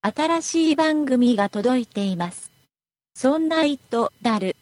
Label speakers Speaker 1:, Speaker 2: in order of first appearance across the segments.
Speaker 1: 新しい番組が届いています。そんな糸だる。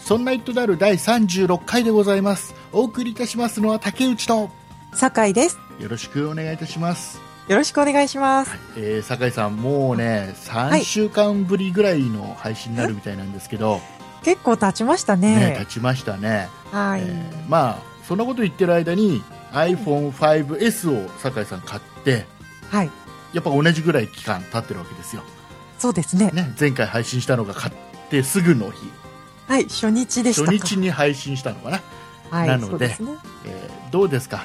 Speaker 2: そんな糸である第36回でございます。お送りいたしますのは竹内と、
Speaker 3: 酒井です。
Speaker 2: よろしくお願いいたします。
Speaker 3: よろしくお願いします。
Speaker 2: えー、酒井さん、もうね、
Speaker 3: は
Speaker 2: 3
Speaker 3: い
Speaker 2: 週間ぶりぐらいの配信になるみたいなんですけど、
Speaker 3: 結構経ちました
Speaker 2: ね、
Speaker 3: ね。
Speaker 2: 経ちましたね。
Speaker 3: はい、
Speaker 2: えーまあ、そんなこと言ってる間に、iPhone5S を酒井さん買って、
Speaker 3: はい。
Speaker 2: やっぱ同じぐらい期間経ってるわけですよ。
Speaker 3: そうですね。
Speaker 2: ね、前回配信したのが買ってすぐの日、
Speaker 3: はい。初日でし
Speaker 2: 初
Speaker 3: たか。
Speaker 2: 日に配信したのかな。
Speaker 3: はい。
Speaker 2: なので
Speaker 3: そうすね、
Speaker 2: えーどうですか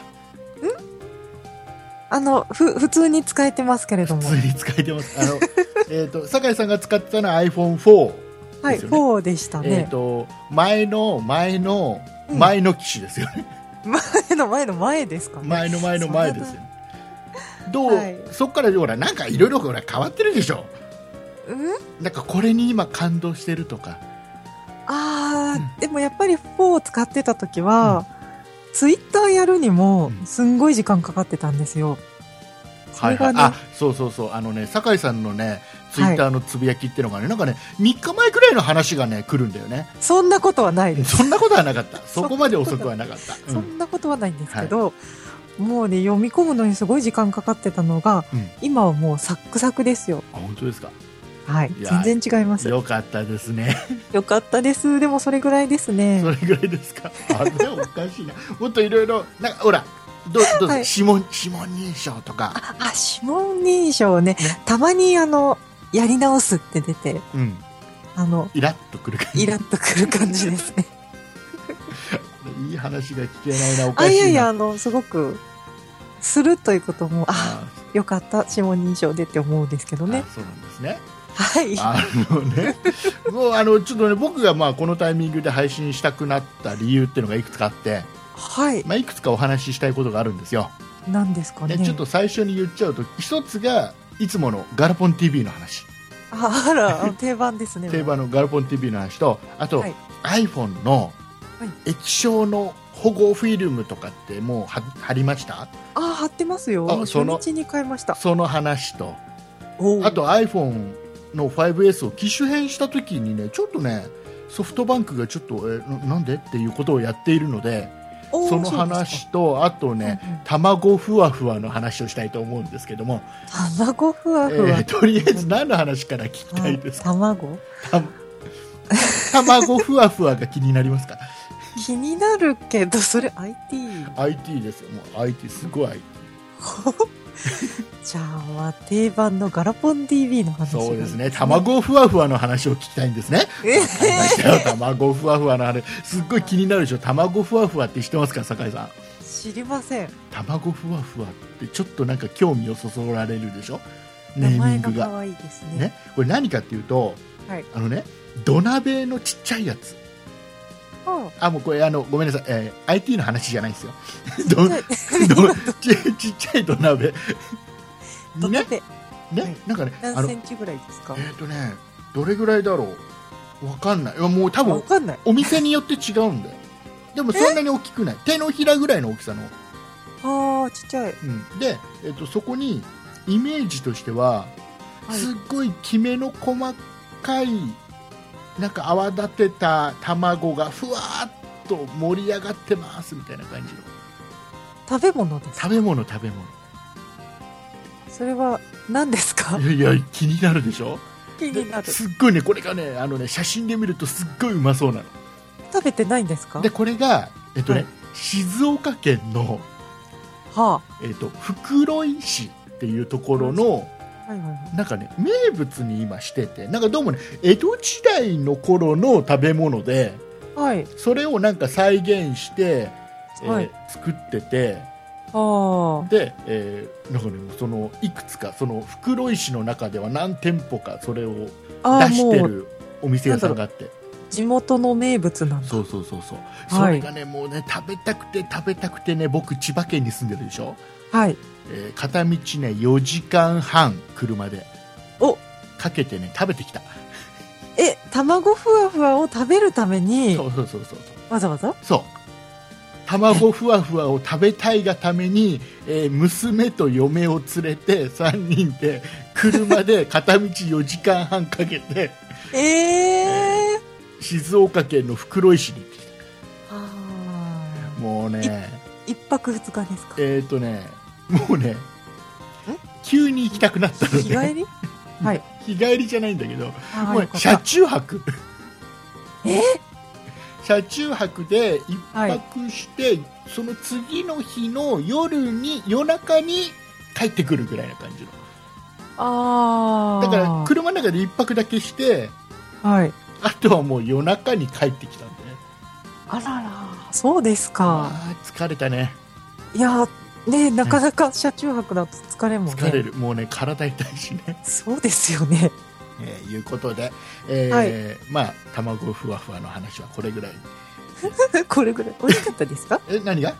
Speaker 3: あの、ふ、普通に使えてますけれども。
Speaker 2: 普通に使えてます。あの、 えっと、酒井さんが使ってたのは iPhone4。
Speaker 3: はい。
Speaker 2: ですよね
Speaker 3: 4でした
Speaker 2: えっ
Speaker 3: ね。
Speaker 2: と、前の、前の、
Speaker 3: うん
Speaker 2: 前の機種ですよ ね。
Speaker 3: 前の前の前ですかね。
Speaker 2: 前の前の前ですよね。どう、
Speaker 3: はい
Speaker 2: そっからほら、なんかいろいろほら変わってるでしょ。
Speaker 3: うん
Speaker 2: なんかこれに今感動してるとか。
Speaker 3: あー、でもやっぱり4を使ってた時は、ツイッターやるにも
Speaker 2: う、ん
Speaker 3: すんごい時間かかってたんですよ。それがね、
Speaker 2: あ、そうそうそう。あのね、酒井さんのね、ツイッターのつぶやきってのがね、なんかね、3日前くらいの話がね、来るんだよね。
Speaker 3: そんなことはないです。
Speaker 2: そんなことはなか った。そこまで遅くはなかった。う
Speaker 3: そ
Speaker 2: ん
Speaker 3: んなことはないんですけど、もうね、読み込むのにすごい時間かかってたのが、
Speaker 2: うん
Speaker 3: 今はもうサックサクですよ。
Speaker 2: あ、本当ですか。
Speaker 3: はい。
Speaker 2: いや
Speaker 3: 全然違います。よ
Speaker 2: よかったですね。
Speaker 3: かったです。でもそれぐらいですね
Speaker 2: そ。れぐらいですか。あれおかしいな。もっといろいろ、なんかほら、どうどうぞ、
Speaker 3: はい
Speaker 2: 指紋指紋認証とか、
Speaker 3: あ、指紋認証ね。たまにあの、やり直すって出て、
Speaker 2: うん、
Speaker 3: あの、
Speaker 2: イラッとくる感じ。
Speaker 3: イラッとくる感じですね。
Speaker 2: いい話が聞けないな、お
Speaker 3: あ、
Speaker 2: かしい
Speaker 3: い
Speaker 2: な。
Speaker 3: やいや、あの、すごく、するということも、あ、
Speaker 2: あ
Speaker 3: よかった、指紋認証でって思うんですけど
Speaker 2: あ
Speaker 3: ね。
Speaker 2: そうなんですね。
Speaker 3: はい。
Speaker 2: あのね、 もうあのちょっとね、僕がまあこのタイミングで配信したくなった理由っていうのがいくつかあって、
Speaker 3: はい。
Speaker 2: まあいくつかお話ししたいことがあるんですよ。
Speaker 3: 何ですかね。
Speaker 2: ね、ちょっと最初に言っちゃうと、一つがいつものガラポン TV の話、
Speaker 3: ああら、あの定番ですね。
Speaker 2: 定番のガラポン TV の話と、あと、
Speaker 3: はい
Speaker 2: iPhone の
Speaker 3: はい
Speaker 2: 液晶の保護フィルムとかってもうは貼りました
Speaker 3: あ貼ってますよ。
Speaker 2: あ
Speaker 3: 初
Speaker 2: その
Speaker 3: 日に買いました。
Speaker 2: その話と
Speaker 3: おう
Speaker 2: あと iPhone の 5S を機種変した時にねちょっとねソフトバンクがちょっとえななんでっていうことをやっているので
Speaker 3: おう
Speaker 2: その
Speaker 3: そ
Speaker 2: 話とあと
Speaker 3: うです
Speaker 2: ね
Speaker 3: か。うんうん
Speaker 2: 卵ふわふわの話をしたいと思うんですけども、
Speaker 3: 卵ふわ
Speaker 2: え
Speaker 3: ふわ。
Speaker 2: ーとりあえず何の話から聞きたいですか、
Speaker 3: あ卵
Speaker 2: た卵ふわふわが気になりますか
Speaker 3: 気になるけど、それ IT。
Speaker 2: IT ですよもう IT すごい IT
Speaker 3: じゃあ、まあ、定番のガラポン TV の話。
Speaker 2: そうですね。。卵ふわふわの話を聞きたいんですね。
Speaker 3: え
Speaker 2: わかりましたよ卵ふわふわの話。すっごい気になるでしょ。卵ふわふわって知ってますか、酒井さん。
Speaker 3: 知りません。
Speaker 2: 卵ふわふわってちょっとなんか興味をそそられるでしょ。ネ
Speaker 3: 名
Speaker 2: ーミ
Speaker 3: 前
Speaker 2: ン
Speaker 3: が
Speaker 2: グ
Speaker 3: 可
Speaker 2: が。
Speaker 3: 愛いですね。
Speaker 2: ね。これ何かっていうと、
Speaker 3: はい
Speaker 2: あのね、土鍋のちっちゃいやつ。
Speaker 3: うん
Speaker 2: あ、もうこれあの、ごめんなさい。えー IT の話じゃないん ですよ。ど
Speaker 3: じゃ
Speaker 2: どちちっちゃい土鍋。
Speaker 3: あど
Speaker 2: ね
Speaker 3: こ。で
Speaker 2: ね。なんかね、あ
Speaker 3: 何
Speaker 2: の
Speaker 3: セ、ンチぐらいですか
Speaker 2: えっ、とね、どれぐらいだろうわかんない。いやもう多
Speaker 3: わ
Speaker 2: 分、
Speaker 3: かんない。
Speaker 2: お店によって違うんだよ。でもそんなに大きくない。手のひらぐらいの大きさの。
Speaker 3: ああ、ちっちゃい。
Speaker 2: うん、で、えっと、そこに、イメージとしては、
Speaker 3: はい
Speaker 2: すっごいきめの細かい、なんか泡立てた卵がふわーっと盛り上がってますみたいな感じの。
Speaker 3: 食べ物です。
Speaker 2: 食べ物食べ
Speaker 3: それは何ですか
Speaker 2: 物。いやいや、気になるでしょ
Speaker 3: 気になる。
Speaker 2: すっごいね、これがね、あのね、写真で見るとすっごいうまそうなの。
Speaker 3: 食べてないんですか
Speaker 2: でこれが、えっとね
Speaker 3: はい
Speaker 2: 静岡県の、
Speaker 3: は
Speaker 2: えっと、袋井市っていうところの
Speaker 3: あ。はいはいはい。
Speaker 2: なんかね名物に今しててなんかどうもね江戸時代の頃の食べ物で
Speaker 3: はい。
Speaker 2: それをなんか再現して、えー
Speaker 3: はい
Speaker 2: 作ってて
Speaker 3: ああ。
Speaker 2: で、えーなんかねもうそのいくつかその袋井市の中では何店舗かそれを
Speaker 3: ああ、
Speaker 2: 出して
Speaker 3: もう
Speaker 2: るお店屋さんがあって
Speaker 3: 地元の名物なんだ。
Speaker 2: そうそうそうそう、そ
Speaker 3: はい
Speaker 2: れがねもうね食べたくて食べたくてね僕千葉県に住んでるでしょ
Speaker 3: はい。
Speaker 2: えー片道ね4時間半車で
Speaker 3: お
Speaker 2: かけてね食べてきた
Speaker 3: え、卵ふわふわを食べるために
Speaker 2: そ、うそうそうそう
Speaker 3: わざわざ
Speaker 2: そう卵ふわふわを食べたいがために、えー娘と嫁を連れて3人で車 で片道4時間半かけて
Speaker 3: ええー。
Speaker 2: 静岡県の袋井市に行ってき
Speaker 3: あ
Speaker 2: たもうね
Speaker 3: ー一泊二日ですか。
Speaker 2: えっ、ー、とねもうね急に行きたくなったの
Speaker 3: 日
Speaker 2: ね
Speaker 3: 帰りはい。
Speaker 2: 日帰りじゃないんだけど
Speaker 3: あー
Speaker 2: もう
Speaker 3: よかった
Speaker 2: 車中泊
Speaker 3: え
Speaker 2: 車中泊で一泊して、その次の日の夜に夜中に帰ってくるぐらいな感じの
Speaker 3: ああ。
Speaker 2: だから車の中で一泊だけして
Speaker 3: はい。
Speaker 2: あとはもう夜中に帰ってきたんで
Speaker 3: あらら。そうですか。
Speaker 2: あー疲れたね
Speaker 3: いや、ね、なかなか車中泊だと疲れもね。
Speaker 2: 疲れるもうね体痛いしね、
Speaker 3: そうですよね。
Speaker 2: えーいうことで、えー
Speaker 3: はい
Speaker 2: まあ卵ふわふわの話はこれぐらい
Speaker 3: これぐらい。美味しかったですか
Speaker 2: え何が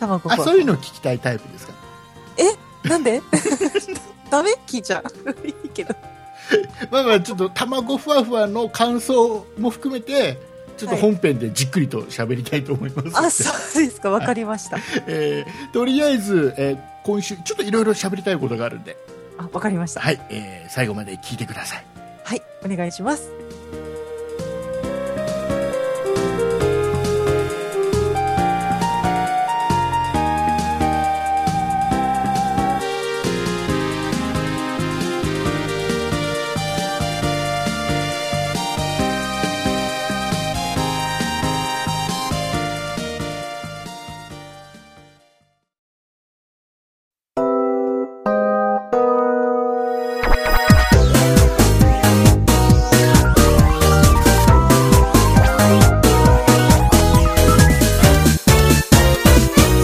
Speaker 3: 卵
Speaker 2: あ
Speaker 3: は
Speaker 2: そういうの聞きたいタイプですか
Speaker 3: なん でダメ聞いちゃう。いいけど。
Speaker 2: まあまあちょっと卵ふわふわの感想も含めてちょっと本編でじっくりと喋りたいと思います、
Speaker 3: あ、そうですか。わかりました。
Speaker 2: えーとりあえず、えー今週ちょっといろいろ喋りたいことがあるんで、
Speaker 3: あ、わかりました。
Speaker 2: はいえー最後まで聞いてください
Speaker 3: はい。お願いします。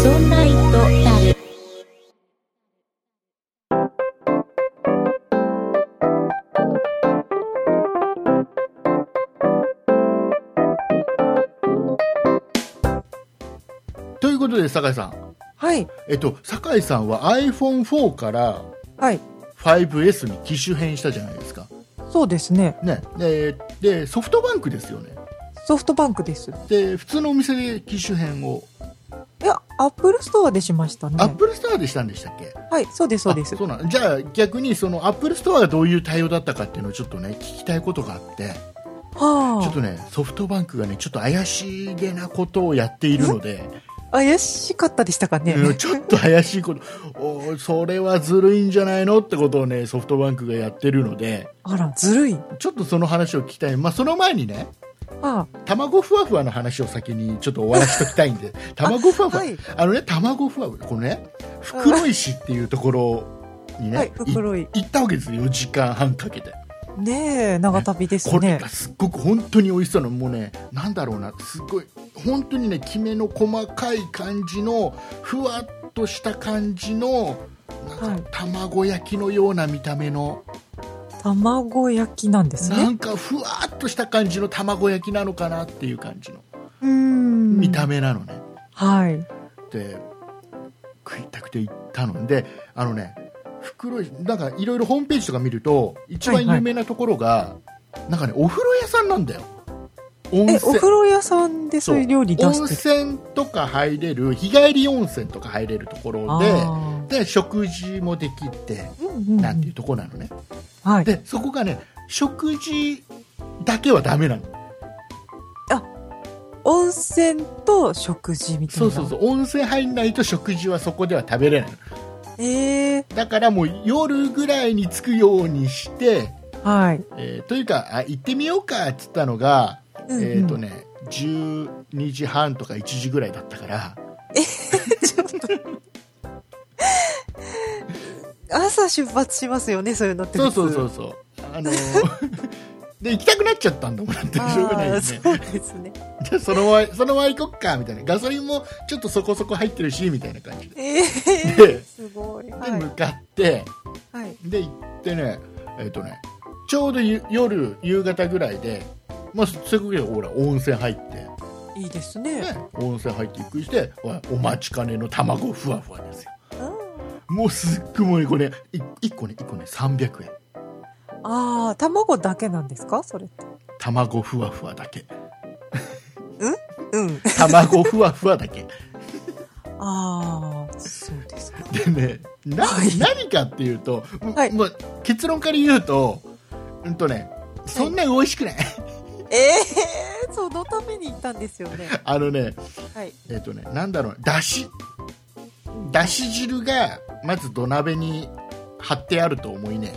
Speaker 1: そんな糸だる。
Speaker 2: ということで酒井さん
Speaker 3: はい。
Speaker 2: えっと酒井さんは iPhone4 から
Speaker 3: はい。
Speaker 2: 5S に機種変したじゃないですか
Speaker 3: そうですね。
Speaker 2: ねででソフトバンクですよね
Speaker 3: ソフトバンクです。
Speaker 2: で普通のお店で機種変を、
Speaker 3: いや、アップルストアでしましたね。
Speaker 2: アップルストアでしたんでしたっけ
Speaker 3: はい、そうです、そうです
Speaker 2: あ。そうなんじゃあ逆にそのアップルストアがどういう対応だったかっていうのをちょっとね聞きたいことがあってちょっ
Speaker 3: は
Speaker 2: とねソフトバンクがねちょっと怪しげなことをやっているので、
Speaker 3: あ。怪しかったでしたかね。
Speaker 2: うんちょっと怪しいことおーそれはずるいんじゃないのってことをねソフトバンクがやってるので
Speaker 3: あら、ずるい。
Speaker 2: ちょっとその話を聞きたい、まあ、その前にね
Speaker 3: あ
Speaker 2: 卵ふわふわの話を先にちょっと終わらせときたいん で卵ふわふわあ,、
Speaker 3: はい
Speaker 2: のね卵ふわふわこのね袋井市っていうところにね、
Speaker 3: はい、
Speaker 2: い
Speaker 3: 袋井。
Speaker 2: 行ったわけですよ4時間半かけて。
Speaker 3: ねえ、長旅です
Speaker 2: これ
Speaker 3: ね
Speaker 2: が。すっごく本当に美味しそうなもうねなんだろうなすごい本当にねきめの細かい感じのふわっとした感じのな
Speaker 3: は
Speaker 2: ん
Speaker 3: い
Speaker 2: か卵焼きのような見た目の、
Speaker 3: 卵焼きなんです
Speaker 2: な
Speaker 3: ね。
Speaker 2: んかふわっとした感じの卵焼きなのかなっていう感じの
Speaker 3: うーん。
Speaker 2: 見た目なのね、
Speaker 3: はい。
Speaker 2: で食いたくて行ったのであのね袋井なんかいろいろホームページとか見ると一番有名なところが、なんかねお風呂屋さんなんだよ温
Speaker 3: え、お風呂屋さんでそういう料理出
Speaker 2: 温
Speaker 3: してる
Speaker 2: 泉とか入れる日帰り温泉とか入れるところ
Speaker 3: あ
Speaker 2: でで食事もできて
Speaker 3: ーうんうん
Speaker 2: なんていうところなのね、
Speaker 3: はい。
Speaker 2: でそこがね食事だけはダメなの、
Speaker 3: 温泉と食事みたい
Speaker 2: そ
Speaker 3: な。
Speaker 2: うそうそう温泉入んないと食事はそこでは食べれないの
Speaker 3: ええ
Speaker 2: だからもう夜ぐらいに着くようにして、
Speaker 3: はい。
Speaker 2: えーというかあ行ってみようかっつったのが、
Speaker 3: うんうん
Speaker 2: えっ、とね12時半とか1時ぐらいだったから
Speaker 3: 朝出発しますよね、そういうのって
Speaker 2: そう
Speaker 3: 普通。
Speaker 2: そうそうそうあのー で行きたくなっちゃったんだもんだってしょうがないよね
Speaker 3: あーそうですね。
Speaker 2: じゃあそのままそのまま行こっかみたいなガソリンもちょっとそこそこ入ってるしみたいな感じで
Speaker 3: ええ
Speaker 2: です
Speaker 3: ごい。は
Speaker 2: で
Speaker 3: い
Speaker 2: 向。かって
Speaker 3: はい。
Speaker 2: で行ってねえっ、とねちょうどゆ夜夕方ぐらいでまあせっかくほら温泉入って、ね、
Speaker 3: いいですね。
Speaker 2: 温泉入ってゆっくりしておお待ちかねの卵ふわふわですよ
Speaker 3: うん
Speaker 2: もうすっごいもうねこれ1個ね1個ね300円
Speaker 3: ああ、卵だけなんですかそれって。
Speaker 2: 卵ふわふわだけ
Speaker 3: うん。
Speaker 2: 卵ふわふわだけ
Speaker 3: ああ、そうですか。
Speaker 2: でねな
Speaker 3: はい
Speaker 2: 何かっていうと、もう
Speaker 3: はい
Speaker 2: もう結論から言うとうんとねそんなに美味しくない、
Speaker 3: ええそのために行ったんですよね。
Speaker 2: あのね
Speaker 3: はい。
Speaker 2: えっ、とねなんだろうだしだし汁がまず土鍋に張ってあると思いね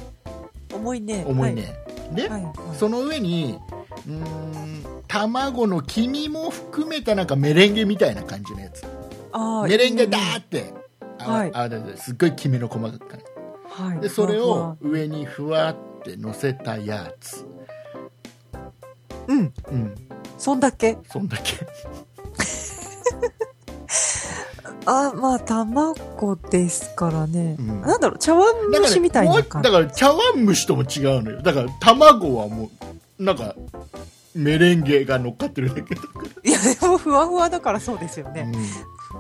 Speaker 3: 重いね。
Speaker 2: 思いね、で、
Speaker 3: はい。はい。はい。
Speaker 2: その上にうーん卵の黄身も含めたなんかメレンゲみたいな感じのやつ
Speaker 3: あー
Speaker 2: メレンゲだーって、あ
Speaker 3: はい
Speaker 2: あだだすっごい黄身の細かく感
Speaker 3: はい。
Speaker 2: じでそれ
Speaker 3: ふわふ
Speaker 2: を
Speaker 3: わ。
Speaker 2: 上にふわって乗せたやつ
Speaker 3: うん。
Speaker 2: うん
Speaker 3: そんだけ。
Speaker 2: そんだけ
Speaker 3: あまあ、卵ですからね。
Speaker 2: うん
Speaker 3: なんだろう、茶碗蒸しみたい
Speaker 2: も
Speaker 3: な
Speaker 2: う
Speaker 3: 感
Speaker 2: だ
Speaker 3: じ。
Speaker 2: から茶碗蒸しとも違うのよだから卵はもうなんかメレンゲが乗っかってるだけだか
Speaker 3: いや、でもふわふわだからそうですよ
Speaker 2: ら、
Speaker 3: ね。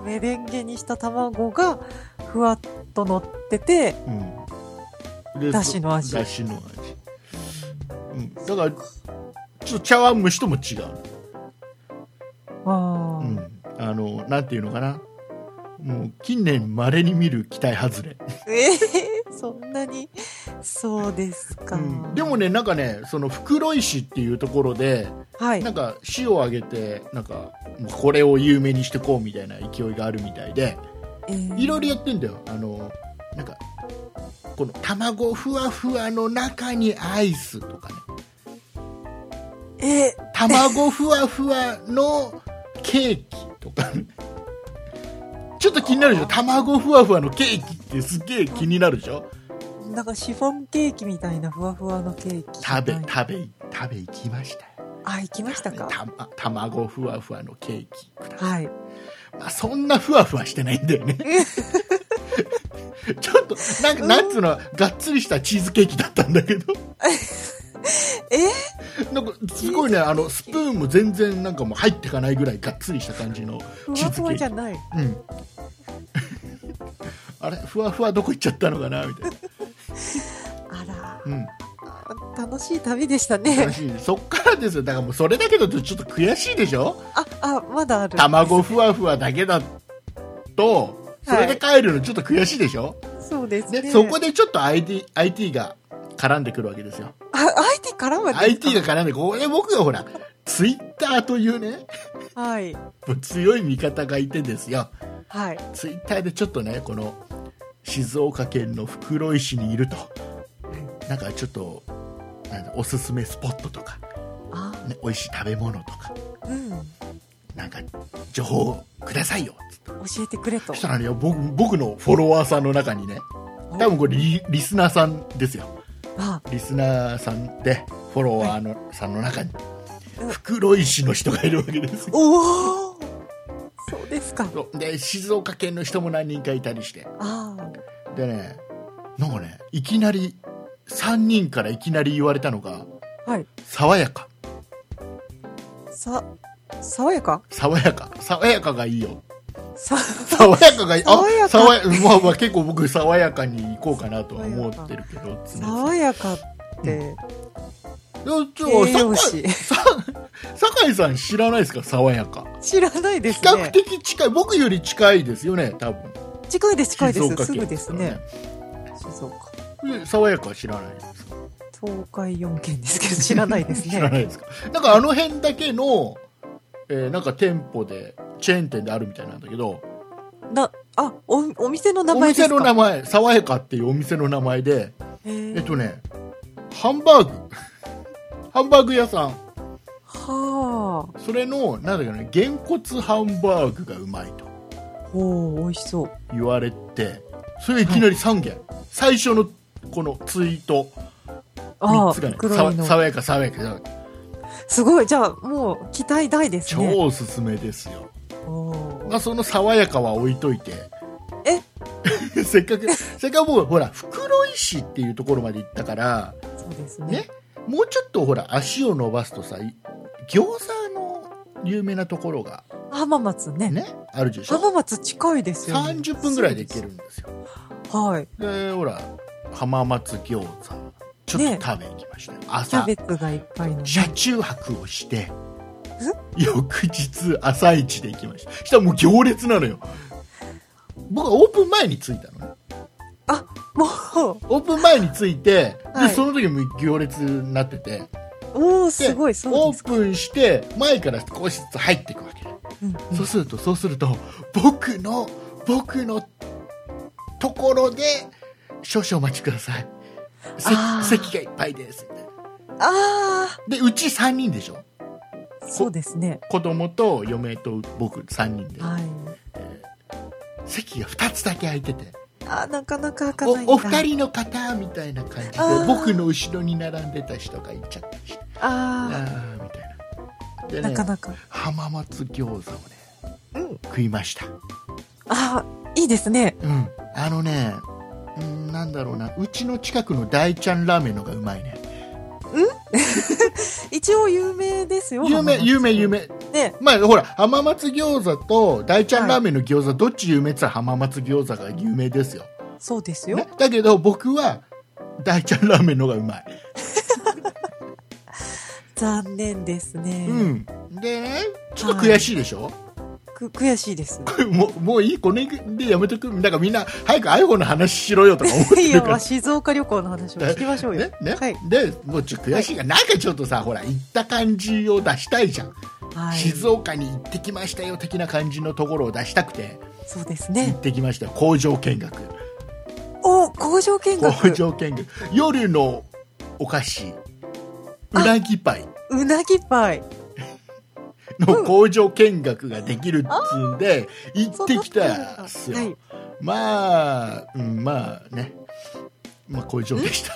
Speaker 3: メレンゲにした卵が、ふわっと乗ってて、
Speaker 2: うんうんで
Speaker 3: だしの味
Speaker 2: だしの味、うん、だからちょっと茶碗蒸しとも違うの
Speaker 3: ああ、
Speaker 2: うん、あのなんていうのかなもう近年まれに見る期待外れ、
Speaker 3: ええそんなに、そうですか。
Speaker 2: うんでも、ねなんかねその袋井市っていうところで
Speaker 3: はい
Speaker 2: な。んか市を挙げてなんかもうこれを有名にしてこうみたいな勢いがあるみたいで
Speaker 3: えー
Speaker 2: いろいろやってんだよあのなんかこの卵ふわふわの中にアイスとかね
Speaker 3: え
Speaker 2: 卵ふわふわのケーキとかね ちょっと気になるでしょ卵ふわふわのケーキってすげえ気になるでしょ
Speaker 3: ーなんかシフォンケーキみたいなふわふわのケーキ。
Speaker 2: 食べ
Speaker 3: はい
Speaker 2: 食べ食べ行きました
Speaker 3: あ、行きましたか。
Speaker 2: たま卵ふわふわのケーキください
Speaker 3: はい。
Speaker 2: まあ、そんなふわふわしてないんだ よねちょっとなんかなんつうのがっつりしたチーズケーキだったんだけど
Speaker 3: え
Speaker 2: なんかすごいねあのスプーンも全然なんかもう入ってかないぐらいがっつりした感じの
Speaker 3: ー、
Speaker 2: チー
Speaker 3: ふ
Speaker 2: ズ
Speaker 3: わふ
Speaker 2: ケ
Speaker 3: わ
Speaker 2: ーキ
Speaker 3: じゃない。
Speaker 2: うん、 あれふわふわどこ行っちゃったのかなみたいな、
Speaker 3: あら、
Speaker 2: うん、
Speaker 3: 楽しい旅でした
Speaker 2: 楽
Speaker 3: ね。
Speaker 2: しい そっからですよだからもうそれだけだとちょっと悔しいでしょ
Speaker 3: あ、あ、まだある。
Speaker 2: 卵ふわふわだけだとそれで帰るのちょっと悔しいでしょ、
Speaker 3: そうです
Speaker 2: で
Speaker 3: ね。
Speaker 2: そこでちょっと IT, IT が絡んでくるわけですよ
Speaker 3: あ、IT からは
Speaker 2: IT が絡んでこれ僕がほらツイッターというね
Speaker 3: はい。
Speaker 2: 強い味方がいてですよ
Speaker 3: はい。
Speaker 2: ツイッターでちょっとねこの静岡県の袋井市にいるとなんかちょっとなんだおすすめスポットとか、
Speaker 3: あ、
Speaker 2: ね、美味しい食べ物とか
Speaker 3: うん。
Speaker 2: なんか情報をくださいよつって
Speaker 3: 教えてくれと
Speaker 2: そし。たらね僕僕のフォロワーさんの中にね多分これリリスナーさんですよ
Speaker 3: あ、
Speaker 2: リスナーさんでフォロワーの、さんの中に
Speaker 3: うん
Speaker 2: 袋井市の人がいるわけですよ
Speaker 3: おお。そうですか。
Speaker 2: そうで静岡県の人も何人かいたりして
Speaker 3: あ
Speaker 2: でねなんかねいきなり3人からいきなり言われたのが
Speaker 3: あ、はい。
Speaker 2: 爽やか
Speaker 3: さ、爽やか。
Speaker 2: 爽やか爽やかがいいよ
Speaker 3: さ、
Speaker 2: 爽やかがいい
Speaker 3: 爽やか
Speaker 2: あ爽やまあまあ結構僕爽やかに行こうかなとは思ってるけど常々
Speaker 3: 爽やかって。
Speaker 2: いやちょ
Speaker 3: 栄養士。
Speaker 2: さ酒井さん知らないですか爽やか
Speaker 3: 知らないで
Speaker 2: 比
Speaker 3: す
Speaker 2: 較
Speaker 3: ね。
Speaker 2: 的近い僕より近いですよね多分
Speaker 3: 近いです、近いで
Speaker 2: 静岡
Speaker 3: す。
Speaker 2: 県
Speaker 3: すぐですね
Speaker 2: か。
Speaker 3: 静岡。
Speaker 2: らねで爽やかは知らないですか
Speaker 3: 東海四県ですけど、知らないです
Speaker 2: 知らな
Speaker 3: ね。
Speaker 2: いですかなんかあの辺だけの、えーなんか店舗でチェーン店であるみたいなんだけど
Speaker 3: な、あ、お、お店の名
Speaker 2: お
Speaker 3: 前で
Speaker 2: 店
Speaker 3: すか。
Speaker 2: の名前爽やかっていうお店の名前で
Speaker 3: へ
Speaker 2: えっ
Speaker 3: ー
Speaker 2: とねハンバーグ ハンバーグ屋さん
Speaker 3: は
Speaker 2: それのなんだっけねげんこつハンバーグがうまいと
Speaker 3: あ。おお、美味しそう。
Speaker 2: 言われてそれがいきなり3件、最初のこのツイート
Speaker 3: あ
Speaker 2: 3
Speaker 3: あ、
Speaker 2: つがね
Speaker 3: 黒い
Speaker 2: さ
Speaker 3: の。
Speaker 2: 爽やか爽やか爽やか
Speaker 3: すごい、じゃあ、もう期待大ですね。
Speaker 2: 超おすすめですよ、
Speaker 3: おー
Speaker 2: まあ、その爽やかは置いといて
Speaker 3: え
Speaker 2: せっかくせっかく僕ほら袋井市っていうところまで行ったから
Speaker 3: そうですね。
Speaker 2: ねもうちょっとほら足を伸ばすとさい餃子の有名なところが
Speaker 3: 浜松ね。
Speaker 2: ねあるでしょ
Speaker 3: 浜松近いですよ、ね。
Speaker 2: 30分ぐらいで行けるんですよ
Speaker 3: はい。
Speaker 2: でほら浜松餃子ちょっと食べに行きました、ましたよ
Speaker 3: キャ
Speaker 2: 朝
Speaker 3: ベツがいっぱいのね。
Speaker 2: 車中泊をして翌日朝一で行きましたしたらもう行列なのよ僕はオープン前に着いたのね
Speaker 3: も
Speaker 2: オープン前に着いて、
Speaker 3: はい
Speaker 2: でその時も行列になってて
Speaker 3: う、もう
Speaker 2: です
Speaker 3: ごい、そう
Speaker 2: オ
Speaker 3: です
Speaker 2: ー。プンして前から少しずつ入っていくわけ、
Speaker 3: うんうん
Speaker 2: そうするとそうすると僕の僕のところで少々お待ちくださいせ
Speaker 3: あー
Speaker 2: 席がいっぱいです
Speaker 3: あ
Speaker 2: でうち3人でしょ
Speaker 3: あ、そうですね。
Speaker 2: 子供と嫁と僕3人で、
Speaker 3: はい。
Speaker 2: 席が2つだけ空いてて
Speaker 3: あーなかなか開かないんだ
Speaker 2: おお二。人の方みたいな感じで
Speaker 3: あー
Speaker 2: 僕の後ろに並んでた人がいちゃったりして
Speaker 3: あ
Speaker 2: あーみたいなでね
Speaker 3: あ、なかなか。
Speaker 2: 浜松餃子をね
Speaker 3: うん。
Speaker 2: 食いました
Speaker 3: ああ、いいですね。
Speaker 2: うんあのねうんなんだろうなうちの近くの大ちゃんラーメンのがうまいね
Speaker 3: 一応有名ですよ。
Speaker 2: 有名有名有。名
Speaker 3: ね。
Speaker 2: まあほら浜松餃子と大ちゃんラーメンの餃子、どっち有名って言ったら浜松餃子が有名ですよ、
Speaker 3: そうですよ
Speaker 2: ね。、だけど僕は大ちゃんラーメンのがうまい
Speaker 3: 残念ですね。
Speaker 2: うん、でねちょっと悔しいでしょ、
Speaker 3: く悔しいです。
Speaker 2: もうもういいこの辺でやめとくなんかみんな早く iPhone の話しろよとか思っ
Speaker 3: い
Speaker 2: てる
Speaker 3: や、
Speaker 2: か
Speaker 3: まあ
Speaker 2: ら
Speaker 3: 静岡旅行の話を聞きましょうよ。
Speaker 2: ねね
Speaker 3: はい。
Speaker 2: でもうちょっと悔しいが、なんかちょっとさほら行った感じを出したいじゃん、
Speaker 3: はい。
Speaker 2: 静岡に行ってきましたよ的な感じのところを出したくて
Speaker 3: そうです
Speaker 2: 行
Speaker 3: ね
Speaker 2: っ。てきましたよ工場見学
Speaker 3: お、工場見
Speaker 2: 工
Speaker 3: 学。
Speaker 2: 場見学夜のお菓子うなぎパイ
Speaker 3: うなぎパイ。う
Speaker 2: の
Speaker 3: ん
Speaker 2: 工場見学ができるっつうんで、行ってきたっすよ、
Speaker 3: はい。
Speaker 2: まあ、うん、まあね、まあ、工場でした。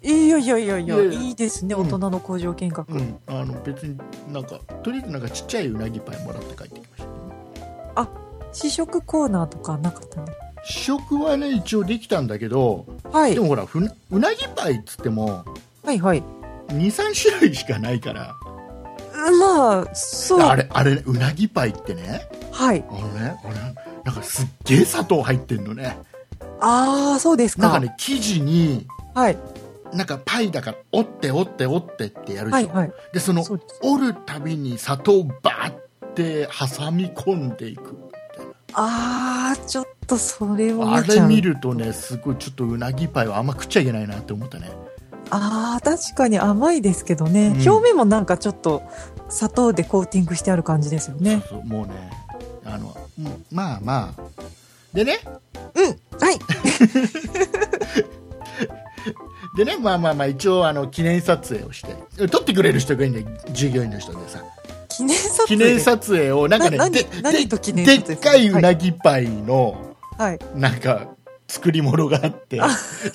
Speaker 3: いやいやいやいや、
Speaker 2: いやいや
Speaker 3: いいですね、
Speaker 2: うん
Speaker 3: 大人の工場見学。
Speaker 2: うん、あの別になんか、とりあえずなんかちっちゃいうなぎパイもらって帰ってきました、ね。
Speaker 3: 試食コーナーとかなかったね。
Speaker 2: 試食はね、一応できたんだけど、
Speaker 3: はい
Speaker 2: で。もほら、ふなうなぎパイっつっても、
Speaker 3: はいはい。
Speaker 2: 2、3種類しかないから、
Speaker 3: まあ、そう。
Speaker 2: あれ、あれ、うなぎパイってね、
Speaker 3: はい。
Speaker 2: あのね、あれ、なんかすっげえ砂糖入ってんのね。
Speaker 3: ああ、そうです
Speaker 2: なん
Speaker 3: か。
Speaker 2: かね、生地に、
Speaker 3: はい。
Speaker 2: なんかパイだから、折って折って折ってってやるで
Speaker 3: は
Speaker 2: し
Speaker 3: い
Speaker 2: ょ。
Speaker 3: はい。
Speaker 2: でその
Speaker 3: そうです
Speaker 2: 折るたびに砂糖をバーって挟み込んでいく
Speaker 3: ああ、ちょっとそれを
Speaker 2: あ
Speaker 3: 見ち
Speaker 2: れ
Speaker 3: ゃう。
Speaker 2: 見るとねすごいちょっとうなぎパイはあんま食っちゃいけないなって思ったね
Speaker 3: ああ、確かに甘いですけどね、
Speaker 2: うん
Speaker 3: 表面もなんかちょっと砂糖でコーティングしてある感じですよね。
Speaker 2: そうそうもうねあのうんまあまあでね
Speaker 3: うん。はい。
Speaker 2: でねまあまあまあ一応あの記念撮影をして撮ってくれる人がいいんで従業員の人でさ
Speaker 3: 記念撮影。
Speaker 2: 記念撮影をなんかね
Speaker 3: な何
Speaker 2: で
Speaker 3: 何と記念撮
Speaker 2: でで
Speaker 3: 影
Speaker 2: っかいうなぎパイの、
Speaker 3: はい。
Speaker 2: なんか作り物があって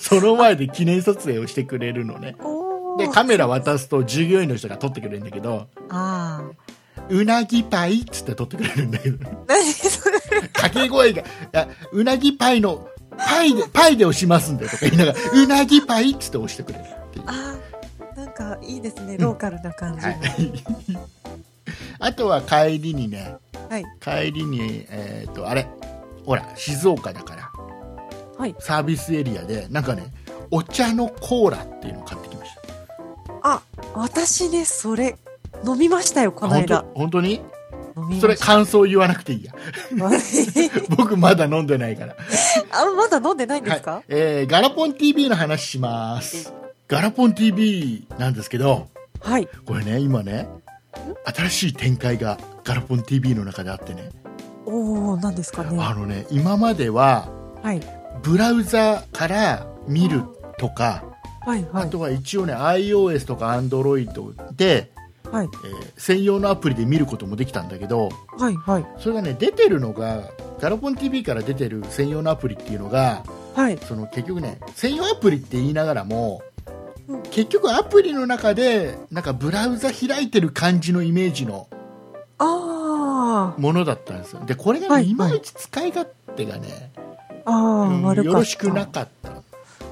Speaker 2: その前で記念撮影をしてくれるのね
Speaker 3: おー
Speaker 2: でカメラ渡すと従業員の人が撮ってくれるんだけど
Speaker 3: ああ。
Speaker 2: 「うなぎパイ」っつって撮ってくれるんだけど
Speaker 3: 何それ。
Speaker 2: 掛け声があ「うなぎパイのパイでパイで押しますんで」とか言いながら「うなぎパイ」っつって押してくれるっていう
Speaker 3: ああ、なんかいいですね、ローカルな感じ。
Speaker 2: はいあとは帰りにね
Speaker 3: はい。
Speaker 2: 帰りにえっ、とあれほら静岡だから
Speaker 3: はい。
Speaker 2: サービスエリアでなんかねお茶のコーラっていうのを買ってきました
Speaker 3: あ、私ね、それ、飲みましたよ、この
Speaker 2: 本当
Speaker 3: 間。
Speaker 2: 本当に
Speaker 3: 飲み
Speaker 2: そ
Speaker 3: ま
Speaker 2: れ
Speaker 3: した。
Speaker 2: 感想言わなくていいや
Speaker 3: あ、
Speaker 2: 僕まだ飲んでないから
Speaker 3: まだ飲んでないんですか、
Speaker 2: はいえーガラポン TV の話しますガラポン TV なんですけど
Speaker 3: はい。
Speaker 2: これね今ね新しい展開がガラポン TV の中であってね
Speaker 3: おおなんですかね。
Speaker 2: あのね今までは
Speaker 3: はい。
Speaker 2: ブラウザから見るとか、
Speaker 3: はい、は
Speaker 2: あ
Speaker 3: い。
Speaker 2: とは一応ね iOS とか Android で、
Speaker 3: はい。
Speaker 2: えー専用のアプリで見ることもできたんだけど
Speaker 3: はい、はい。
Speaker 2: それがね出てるのがガラポン TV から出てる専用のアプリっていうのが
Speaker 3: はい。
Speaker 2: その結局ね専用アプリって言いながらも、
Speaker 3: うん
Speaker 2: 結局アプリの中でなんかブラウザ開いてる感じのイメージの
Speaker 3: あ
Speaker 2: ものだったんですよでこれがね、、
Speaker 3: はいい
Speaker 2: まいち使い勝手がね、
Speaker 3: あ、ああ、
Speaker 2: うん
Speaker 3: 悪かった。
Speaker 2: よろしくなかったん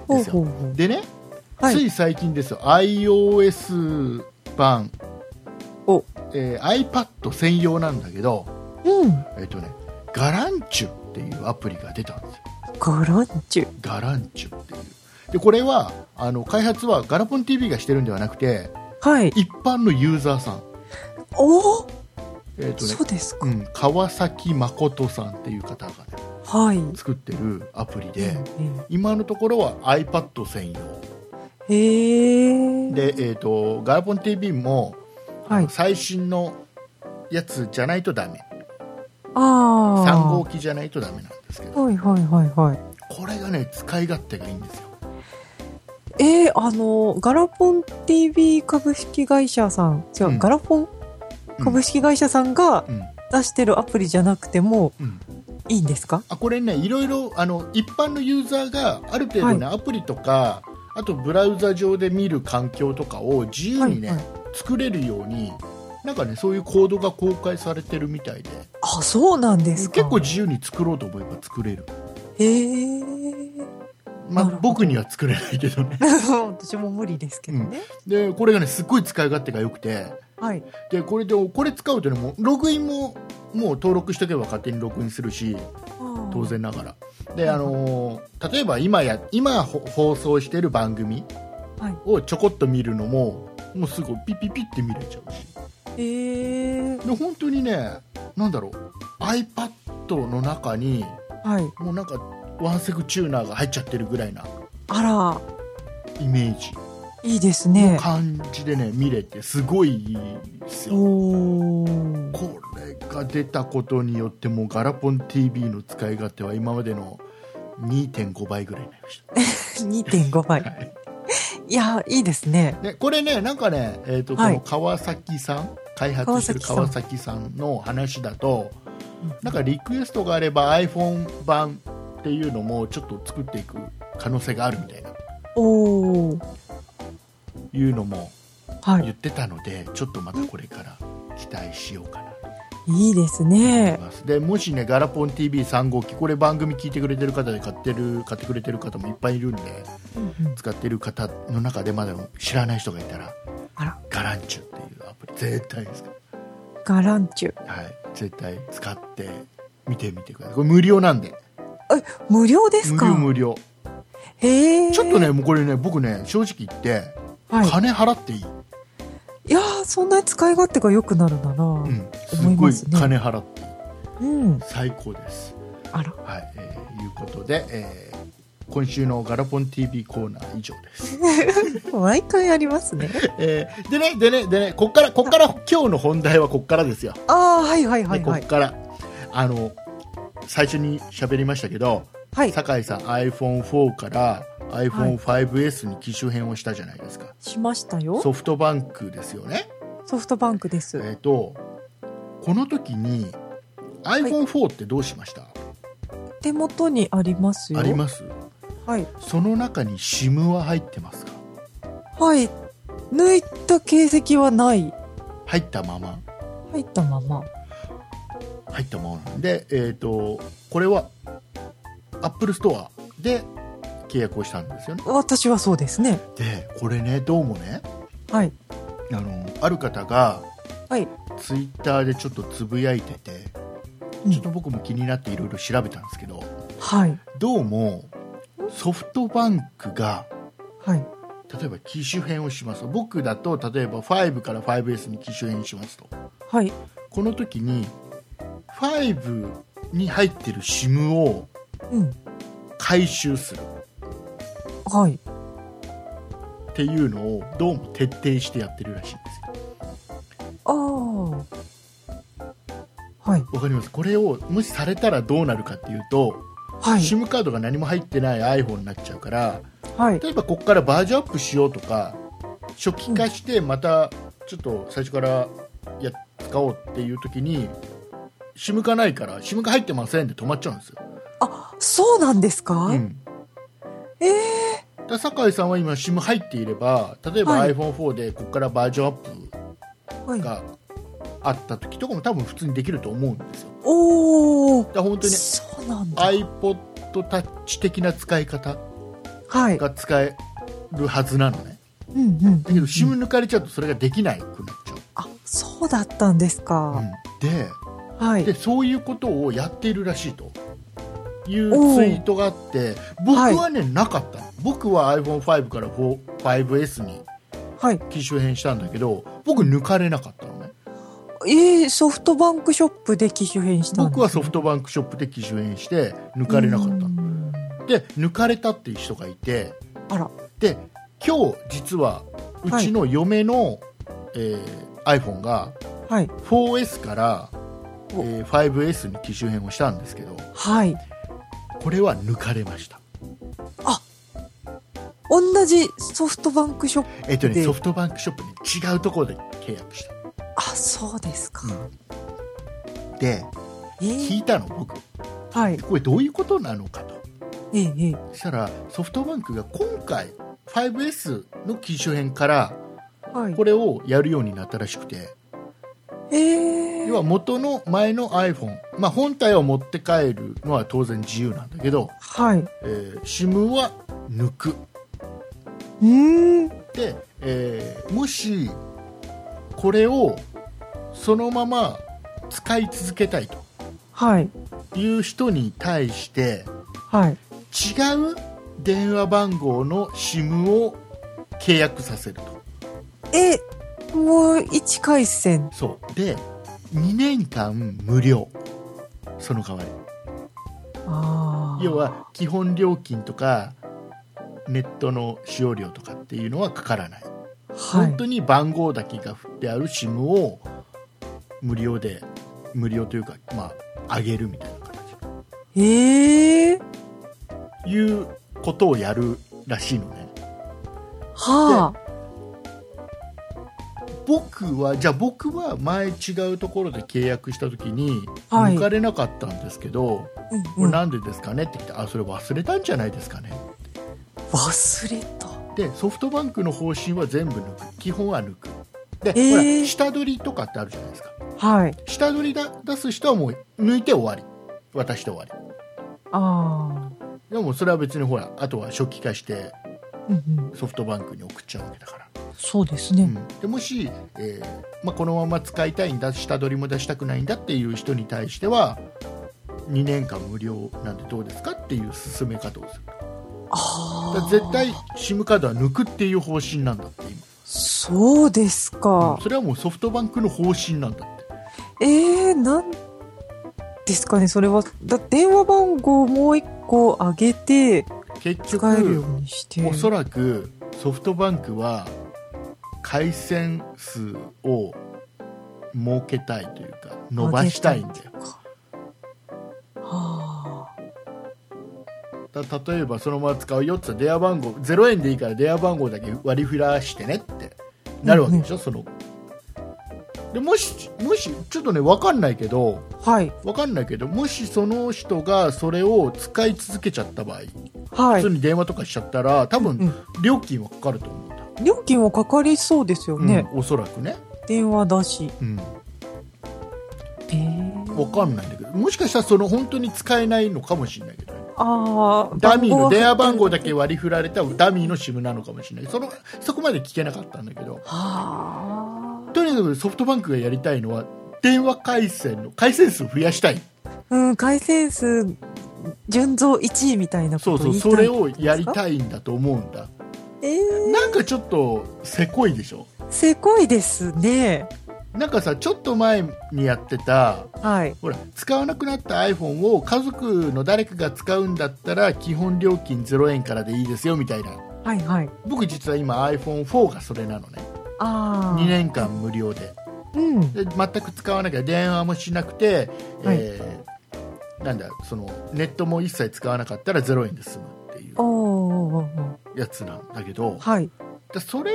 Speaker 3: ほ
Speaker 2: で
Speaker 3: う
Speaker 2: すよ
Speaker 3: ほうほう。
Speaker 2: でね、
Speaker 3: は
Speaker 2: つ
Speaker 3: い。
Speaker 2: い最近ですよ iOS 版、
Speaker 3: お、
Speaker 2: えー iPad 専用なんだけど
Speaker 3: うん。
Speaker 2: えっ、とねガランチュっていうアプリが出たんですよ
Speaker 3: ゴロンチュ。
Speaker 2: ガランチュっていうでこれはあの開発はガラポン TV がしてるんではなくて
Speaker 3: はい。
Speaker 2: 一般のユーザーさん、
Speaker 3: おお、
Speaker 2: えーとね
Speaker 3: そうですか。
Speaker 2: うん、川崎誠さんっていう方が、ね、
Speaker 3: はい。
Speaker 2: 作ってるアプリで、
Speaker 3: うん
Speaker 2: 今のところは iPad 専用
Speaker 3: へえ。
Speaker 2: で、えー、とガラポン TV も、
Speaker 3: はい。
Speaker 2: 最新のやつじゃないとダメ
Speaker 3: ああ。
Speaker 2: 3号機じゃないとダメなんですけど
Speaker 3: はいはいはいはい。
Speaker 2: これがね使い勝手がいいんですよ
Speaker 3: えー、あの、ガラポン TV 株式会社さん、違う、
Speaker 2: うん
Speaker 3: ガラポン
Speaker 2: うん
Speaker 3: 株式会社さんが
Speaker 2: うん
Speaker 3: 出してるアプリじゃなくても
Speaker 2: うん
Speaker 3: いいんですか
Speaker 2: あこれねいろいろあの一般のユーザーがある程度ね、アプリとかあとブラウザ上で見る環境とかを自由にね、
Speaker 3: はいはい
Speaker 2: 作れるようになんかねそういうコードが公開されてるみたいで
Speaker 3: あ、そうなんですか。
Speaker 2: 結構自由に作ろうと思えば作れる
Speaker 3: えー、
Speaker 2: ま
Speaker 3: な
Speaker 2: あ
Speaker 3: るほど
Speaker 2: 僕には作れないけどね
Speaker 3: 私も無理ですけどね。
Speaker 2: でこれがねすっごい使い勝手が良くて
Speaker 3: はい。
Speaker 2: でこれでこれ使うとねもうログインももう登録しとけば勝手にログインするし当。然ながらであのー例えば今や今ほ放送してる番組
Speaker 3: はい
Speaker 2: をちょこっと見るのももうすぐピッピッピッって見れちゃうし
Speaker 3: えー、
Speaker 2: で本当にねなんだろう iPad の中に
Speaker 3: はい。
Speaker 2: もうなんかワンセグチューナーが入っちゃってるぐらいな
Speaker 3: あ
Speaker 2: イメージ
Speaker 3: ら、いいです
Speaker 2: の
Speaker 3: ね。
Speaker 2: 感じでね見れてすごいいいんですよ
Speaker 3: おー。
Speaker 2: これが出たことによってもうガラポン TV の使い勝手は今までの2.5倍ぐらいになりまし
Speaker 3: 2.5倍
Speaker 2: た、。はい
Speaker 3: いや、いいですね。
Speaker 2: でこれねなんかね、えーと
Speaker 3: はい
Speaker 2: この川崎さん開発してる川
Speaker 3: 川
Speaker 2: 崎さんの話だと
Speaker 3: うん
Speaker 2: なんかリクエストがあれば iPhone 版っていうのもちょっと作っていく可能性があるみたいな
Speaker 3: おー。
Speaker 2: いうのも
Speaker 3: は
Speaker 2: 言
Speaker 3: い。
Speaker 2: ってたのでちょっとまたこれから期待しようかなと
Speaker 3: いいです
Speaker 2: 思い
Speaker 3: ね。
Speaker 2: ますでもしねガラポン TV3 号機これ番組聞いてくれてる方で買ってる買ってくれてる方もいっぱいいるんで
Speaker 3: うんうん
Speaker 2: 使ってる方の中でまだ知らない人がいたら
Speaker 3: あら、
Speaker 2: ガランチュっていうアプリ絶対ですから
Speaker 3: ガランチュ。
Speaker 2: はい絶対使って見てみてくださいこれ無料なんで
Speaker 3: 無料です
Speaker 2: 無
Speaker 3: か
Speaker 2: 料無料
Speaker 3: へえ。
Speaker 2: ちょっとね、もうこれね僕ね正直言って、
Speaker 3: はい、
Speaker 2: 金払っていい、
Speaker 3: いやーそんなに使い勝手が良くなるなら、う、
Speaker 2: うんん、すっごい
Speaker 3: ますね
Speaker 2: 金払っていい最高です
Speaker 3: あら、
Speaker 2: はい、えー、いうことで、えー今週のガラポン TV コーナー以上です。
Speaker 3: 毎回ありますね。
Speaker 2: えーでね、でね、でね、こっから、こっから、今日の本題はこっからですよ。
Speaker 3: ああ、はいはいは
Speaker 2: で
Speaker 3: い
Speaker 2: こ
Speaker 3: は
Speaker 2: っ
Speaker 3: い。
Speaker 2: から、あの、最初に喋りましたけど、
Speaker 3: はい、
Speaker 2: 酒井さん iPhone4 から iPhone5S に機種変をしたじゃないですか。
Speaker 3: しましたよ。
Speaker 2: ソフトバンクですよね。
Speaker 3: ソフトバンクで
Speaker 2: えっ、
Speaker 3: す。
Speaker 2: と、この時に iPhone4 ってどうしました、
Speaker 3: 手元にありますよ。
Speaker 2: あります
Speaker 3: はい。
Speaker 2: その中に SIM は入ってますか
Speaker 3: はい。抜いた形跡はない。
Speaker 2: 入ったまま。
Speaker 3: 入ったまま。
Speaker 2: 入ったものなんで、えー、とこれはアップルストアで契約をしたんですよね
Speaker 3: 私はそうですね。
Speaker 2: でこれねどうもね
Speaker 3: はい。
Speaker 2: あのある方が
Speaker 3: はい。
Speaker 2: ツイッターでちょっとつぶやいてて
Speaker 3: うん
Speaker 2: ちょっと僕も気になっていろいろ調べたんですけど
Speaker 3: はい。
Speaker 2: どうもソフトバンクが
Speaker 3: はい。
Speaker 2: 例えば機種変をしますと僕だと例えば5から 5S に機種変しますと
Speaker 3: はい。
Speaker 2: この時に5に入ってる SIM を
Speaker 3: うん。
Speaker 2: 回収する
Speaker 3: はい。
Speaker 2: っていうのをどうも徹底してやってるらしいんですよ
Speaker 3: ああ。はい。
Speaker 2: わかりますこれをもしされたらどうなるかっていうと、
Speaker 3: はい。
Speaker 2: SIM カードが何も入ってない iPhone になっちゃうから
Speaker 3: はい。
Speaker 2: 例えばここからバージョンアップしようとか初期化してまたちょっと最初からやっ使おうっていう時に SIM がないから SIM が入ってませんで止まっちゃうんですよ、
Speaker 3: あ、そうなんですか、
Speaker 2: うん、
Speaker 3: ええ
Speaker 2: だから酒井さんは今 SIM 入っていれば例えば
Speaker 3: はい
Speaker 2: iPhone4 でここからバージョンアッ
Speaker 3: は
Speaker 2: プ
Speaker 3: い。
Speaker 2: があった時とかも多分普通にできると思うんですよ
Speaker 3: おお
Speaker 2: だ。から本当に
Speaker 3: そうなんだ。
Speaker 2: iPod タッチ的な使い方
Speaker 3: はい。
Speaker 2: が使えるはずなのね
Speaker 3: うんうん。
Speaker 2: だけど SIM 抜かれちゃうとそれができなくなっちゃう、
Speaker 3: あ、そうだったんですか。
Speaker 2: で
Speaker 3: は
Speaker 2: で
Speaker 3: い。
Speaker 2: そういうことをやっているらしいというツイ
Speaker 3: おう
Speaker 2: ートがあって僕はね、なかったの僕は iPhone5 から 4- 5S に
Speaker 3: はい。
Speaker 2: 機種変したんだけど僕抜かれなかったのね
Speaker 3: えー、ソフトバンクショップで機種変したんです
Speaker 2: 僕はソフトバンクショップで機種変して抜かれなかったの
Speaker 3: うん
Speaker 2: で抜かれたっていう人がいて
Speaker 3: あら。
Speaker 2: で今日実はうちの嫁の、えー iPhone が
Speaker 3: はい。
Speaker 2: 4S から、え
Speaker 3: お
Speaker 2: ー 5S に機種変をしたんですけど
Speaker 3: はい。
Speaker 2: これは抜かれました
Speaker 3: 同じソフトバンクショップ。
Speaker 2: えっとね
Speaker 3: で
Speaker 2: ソフトバンクショップに違うところで契約した
Speaker 3: あ、そうですか。
Speaker 2: で
Speaker 3: え
Speaker 2: 聞
Speaker 3: ー、
Speaker 2: いたの僕
Speaker 3: はい。
Speaker 2: これどういうことなのかと
Speaker 3: えー、えー、
Speaker 2: そしたらソフトバンクが今回 5S の機種変から
Speaker 3: はい。
Speaker 2: これをやるようになったらしくて
Speaker 3: えー、
Speaker 2: 要は元の前の iPhone、まあ、本体を持って帰るのは当然自由なんだけど、
Speaker 3: はい。う
Speaker 2: えー、SIM は抜く
Speaker 3: ーん。
Speaker 2: で、えーもしこれをそのまま使い続けたいと
Speaker 3: はい。
Speaker 2: いう人に対して
Speaker 3: はい。
Speaker 2: 違う電話番号の SIM を契約させると
Speaker 3: え、もう一回戦。
Speaker 2: そうで2年間無料その代わり
Speaker 3: ああ。
Speaker 2: 要は基本料金とかネットの使用料とかっていうのはかからない、
Speaker 3: は
Speaker 2: 本
Speaker 3: い。
Speaker 2: 当に番号だけが振ってある SIM を無料で無料というかまああげるみたいな形
Speaker 3: ええー、
Speaker 2: いうことをやるらしいのね
Speaker 3: は
Speaker 2: 僕はじゃあ僕は前違うところで契約した時に
Speaker 3: はい
Speaker 2: 抜かれなかったんですけど、
Speaker 3: あ。
Speaker 2: こ
Speaker 3: う
Speaker 2: れ
Speaker 3: んうん、
Speaker 2: なんでですかねって聞いてあそれ忘れたんじゃないですかね
Speaker 3: 忘れた。
Speaker 2: でソフトバンクの方針は全部抜く基本は抜くで、
Speaker 3: えー
Speaker 2: ほら下取りとかってあるじゃないですか
Speaker 3: はい。
Speaker 2: 下取りだ出す人はもう抜いて終わり渡して終わり
Speaker 3: ああ。
Speaker 2: でもそれは別にほらあとは初期化して
Speaker 3: うんうん。
Speaker 2: ソフトバンクに送っちゃうわけだから、
Speaker 3: そうです
Speaker 2: う
Speaker 3: ね。
Speaker 2: ん、でもし、えーまあ、このまま使いたいんだ下取りも出したくないんだっていう人に対しては2年間無料なんてどうですかっていう進め方をする
Speaker 3: あ
Speaker 2: だから
Speaker 3: あ。
Speaker 2: 絶対 SIM カードは抜くっていう方針なんだって今
Speaker 3: そうですか。
Speaker 2: それはもうソフトバンクの方針なんだって
Speaker 3: ええー、なんですかね、それは。だ電話番号をもう一個上げて、
Speaker 2: 結
Speaker 3: 使えるよう
Speaker 2: 局
Speaker 3: にして。
Speaker 2: おそらくソフトバンクは回線数を設けたいというか伸ばしたいんだよ
Speaker 3: はあ。
Speaker 2: だ例えばそのまま使うよって言ったら電話番号0円でいいから電話番号だけ割り振らしてねってなるわけでしょ、そのでもしもしちょっとね分かんないけど
Speaker 3: はい。
Speaker 2: わかんないけどもしその人がそれを使い続けちゃった場合、
Speaker 3: は
Speaker 2: 普通
Speaker 3: い。
Speaker 2: に電話とかしちゃったら多
Speaker 3: う
Speaker 2: 分
Speaker 3: ん
Speaker 2: 料金はかかると思うんだ、
Speaker 3: 料金はかかりそうですよね。
Speaker 2: うんおそらくね、
Speaker 3: 電話だし。
Speaker 2: うん、
Speaker 3: えー
Speaker 2: わかんないんだけどもしかしたらその本当に使えないのかもしれないけど
Speaker 3: ああ。
Speaker 2: ダミーの電話番号
Speaker 3: だ。
Speaker 2: だけ割り振られたダミーの SIM なのかもしれないそのそこまで聞けなかったんだけど
Speaker 3: はあ。
Speaker 2: とにかくソフトバンクがやりたいのは電話回線の回線数を増やしたい
Speaker 3: うん、回線数、順増1位みたいな
Speaker 2: そ
Speaker 3: こ
Speaker 2: う
Speaker 3: と
Speaker 2: そ
Speaker 3: を
Speaker 2: うそ
Speaker 3: 言いたい
Speaker 2: れをやり
Speaker 3: い。
Speaker 2: たいんだと思うんだ
Speaker 3: ええ
Speaker 2: なんかちょっとせこいでしょ
Speaker 3: ー、せこいですね。
Speaker 2: なんかさちょっと前にやってた
Speaker 3: はい。
Speaker 2: ほら使わなくなった iPhone を家族の誰かが使うんだったら基本料金0円からでいいですよみたいな
Speaker 3: はいはい。
Speaker 2: 僕実は今 iPhone4 がそれなのね
Speaker 3: ああ。
Speaker 2: 2年間無料で
Speaker 3: うん。
Speaker 2: で全く使わなきゃ電話もしなくて、えーなんだそのネットも一切使わなかったら0円で済むってい
Speaker 3: おー
Speaker 2: う
Speaker 3: おーお
Speaker 2: やつなんだけど
Speaker 3: ーはい。
Speaker 2: だそれ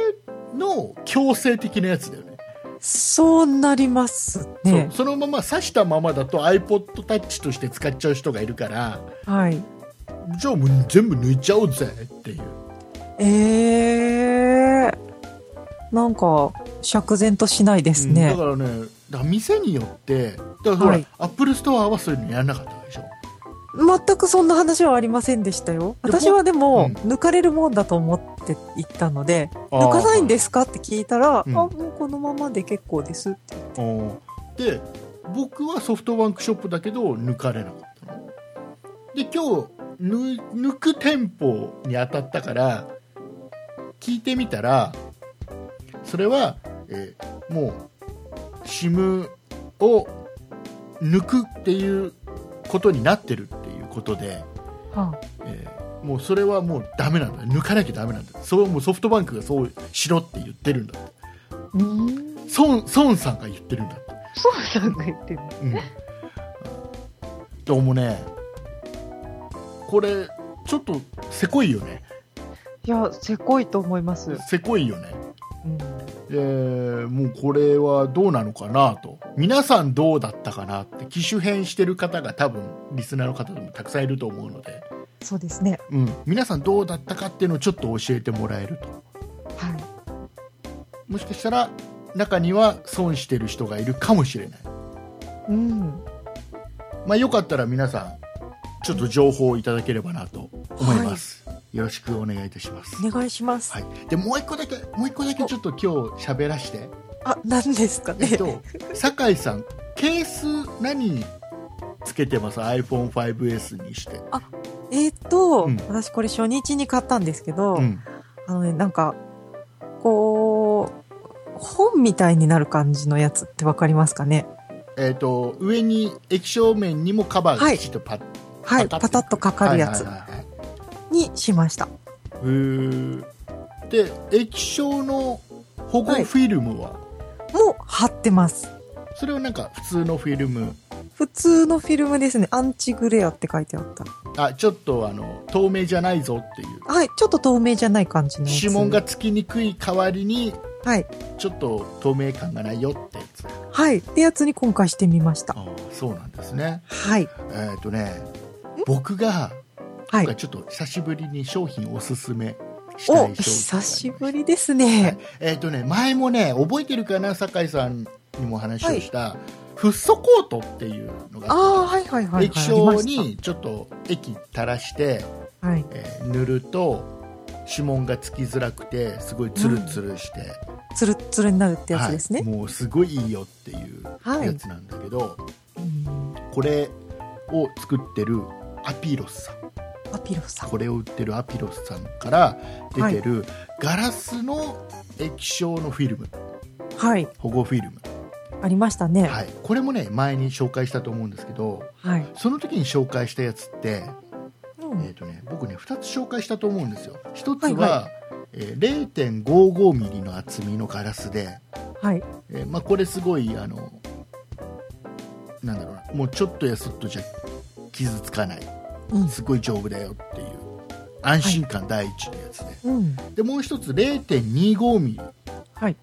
Speaker 2: の強制的なやつだよね
Speaker 3: そうなりますね。
Speaker 2: そうそのまま挿したままだと iPodTouch として使っちゃう人がいるから
Speaker 3: はい。
Speaker 2: じゃあもう全部抜いちゃおうぜっていう
Speaker 3: ええー。なんか、釈然としないです
Speaker 2: う
Speaker 3: ね
Speaker 2: ん。だからねだから店によってだからほら、
Speaker 3: はい
Speaker 2: アップルストアはそういうのやらなかったでしょ
Speaker 3: 全くそんな話はありませんでしたよ。
Speaker 2: でも
Speaker 3: 私はでも、
Speaker 2: うん
Speaker 3: 抜かれるもんだと思って行ったので、抜かないんですかって聞いたら、
Speaker 2: うん
Speaker 3: あ、もうこのままで結構ですって。
Speaker 2: うんで僕はソフトバンクショップだけど抜かれなかったので今日ぬ抜く店舗に当たったから聞いてみたらそれは、えーもう SIM を抜くっていうことになってるっていうことで、
Speaker 3: は
Speaker 2: えーもうそれはもうダメなんだ抜かなきゃダメなんだそうもうソフトバンクがそうしろって言ってるんだって
Speaker 4: うーん。
Speaker 2: 孫孫さんが言ってるんだって
Speaker 4: そうさんが言ってる。
Speaker 2: うん、どうもねこれちょっとせこいよね
Speaker 3: いや、せこいと思います。うん
Speaker 2: せこいよねでもうこれはどうなのかなと皆さんどうだったかなって機種変してる方が多分リスナーの方でもたくさんいると思うので、
Speaker 3: そうですね。
Speaker 2: うん、皆さんどうだったかっていうのをちょっと教えてもらえると
Speaker 3: はい。
Speaker 2: もしかしたら中には損してる人がいるかもしれない、
Speaker 3: うん。
Speaker 2: まあ、よかったら皆さんちょっと情報をいただければなと思います、よろしくお願いいたします
Speaker 3: お願いします。
Speaker 2: はい、でもう一個だけもう一個だけちょっと今日喋らして、
Speaker 3: あ、何ですかね。
Speaker 2: えっと、酒井さんケース何つけてます iPhone5S にして、
Speaker 3: えーっと、
Speaker 2: うん
Speaker 3: 私これ初日に買ったんですけど、
Speaker 2: うん、
Speaker 3: あのね、なんか、こう、本みたいになる感じのやつってわかりますかね
Speaker 2: えっと上に液晶面にもカバー
Speaker 3: は
Speaker 2: が
Speaker 3: い
Speaker 2: きちっとパッ、
Speaker 3: はい、
Speaker 2: パ
Speaker 3: パ
Speaker 2: タッて
Speaker 3: タッとかかるやつ
Speaker 2: はいはいはいはい
Speaker 3: にしました。
Speaker 2: へーで液晶の保護
Speaker 3: はい
Speaker 2: フィルムは、
Speaker 3: もう貼ってます。
Speaker 2: それはなんか普通のフィルム
Speaker 3: 普通のフィルムですね。アンチグレアって書いてあった。
Speaker 2: あちょっとあの透明じゃないぞっていう
Speaker 3: はい、ちょっと透明じゃない感じのやつ。
Speaker 2: 指紋がつきにくい代わりに
Speaker 3: はい。
Speaker 2: ちょっと透明感がないよってやつ
Speaker 3: はい。ってやつに今回してみました。
Speaker 2: あそうなんですね
Speaker 3: はい。
Speaker 2: えっ、とね僕が
Speaker 3: は
Speaker 2: 今
Speaker 3: い
Speaker 2: 回。ちょっと久しぶりに商品おすすめした
Speaker 3: お、
Speaker 2: い商品
Speaker 3: 久しぶ
Speaker 2: り
Speaker 3: りですね。
Speaker 2: えっ、とね前もね覚えてるかな酒井さんにも話をした、フッ素コートっていうのが
Speaker 3: ああ、はいはいはい、はい。
Speaker 2: 液晶
Speaker 3: あり
Speaker 2: にちょっと液垂らして、
Speaker 3: ました。はい。
Speaker 2: えー塗ると指紋がつきづらくてすごいツルツルして、
Speaker 3: つるつるになるってやつですね。
Speaker 2: はいもうすごいいいよっていうやつなんだけど、
Speaker 3: うん
Speaker 2: これを作ってるアピロスさん
Speaker 3: パピロさん。
Speaker 2: これを売ってるアピロスさんから出てるガラスの液晶のフィルム
Speaker 3: はい。
Speaker 2: 保護フィルム、
Speaker 3: ありましたね。
Speaker 2: はい、これもね前に紹介したと思うんですけど
Speaker 3: はい。
Speaker 2: その時に紹介したやつって、え
Speaker 3: う
Speaker 2: ー
Speaker 3: ん、
Speaker 2: とね、僕ね2つ紹介したと思うんですよ1つは、
Speaker 3: はい
Speaker 2: えー0.55ミリの厚みのガラスで、
Speaker 3: はい。
Speaker 2: えーまあ、これすごいあのなんだろうなもうちょっとやそっとじゃ傷つかない
Speaker 3: うん。
Speaker 2: すごい丈夫だよっていう安心感第一のやつで、
Speaker 3: うん。
Speaker 2: でもう一つ0 2 5ミリっ
Speaker 3: はい。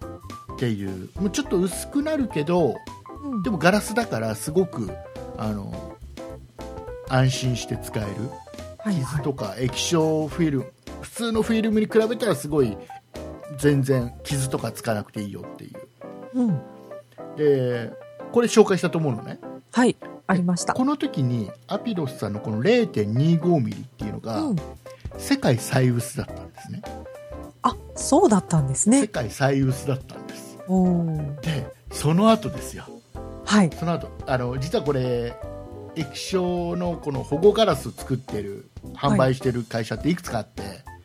Speaker 2: ていうもうちょっと薄くなるけど
Speaker 3: うん
Speaker 2: でもガラスだからすごくあの安心して使える
Speaker 3: はいは
Speaker 2: 傷
Speaker 3: い。
Speaker 2: とか液晶フィルム普通のフィルムに比べたらすごい全然傷とかつかなくていいよっていう
Speaker 3: うん。
Speaker 2: でこれ紹介したと思うのね
Speaker 3: はい。ありました。
Speaker 2: この時にアピロスさんのこの0 2 5ミリっていうのが
Speaker 3: うん。
Speaker 2: 世界最薄だったんですね、
Speaker 3: あ、そうだったんです
Speaker 2: 世
Speaker 3: ね。
Speaker 2: 界最薄だったんです
Speaker 3: おー
Speaker 2: でその後ですよ
Speaker 3: はい。
Speaker 2: その後あの実はこれ液晶のこの保護ガラスを作ってる販売してる会社っていくつかあって、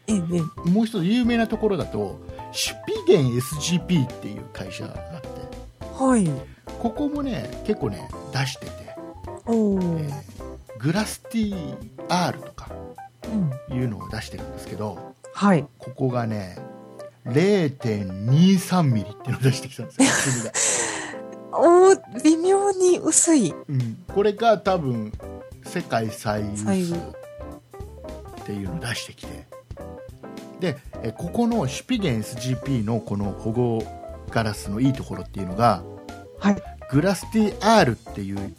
Speaker 3: ええ、ええ。
Speaker 2: もう一つ有名なところだとシュピゲン SGP っていう会社があって
Speaker 3: はい。
Speaker 2: ここもね結構ね出してて、え
Speaker 3: おー
Speaker 2: ーグラス TR とか
Speaker 3: うん。
Speaker 2: いうのを出してるんですけど
Speaker 3: はい。
Speaker 2: ここがね0.23ミリっていうのを出してきたんですよ粒が、
Speaker 3: おー微妙に薄い。
Speaker 2: うん、これが多分世界最
Speaker 3: 最
Speaker 2: 薄
Speaker 3: 薄
Speaker 2: っていうのを出してきてでえここのシュピゲン SGP のこの保護ガラスのいいところっていうのが
Speaker 3: はい。
Speaker 2: グラスティ R っていう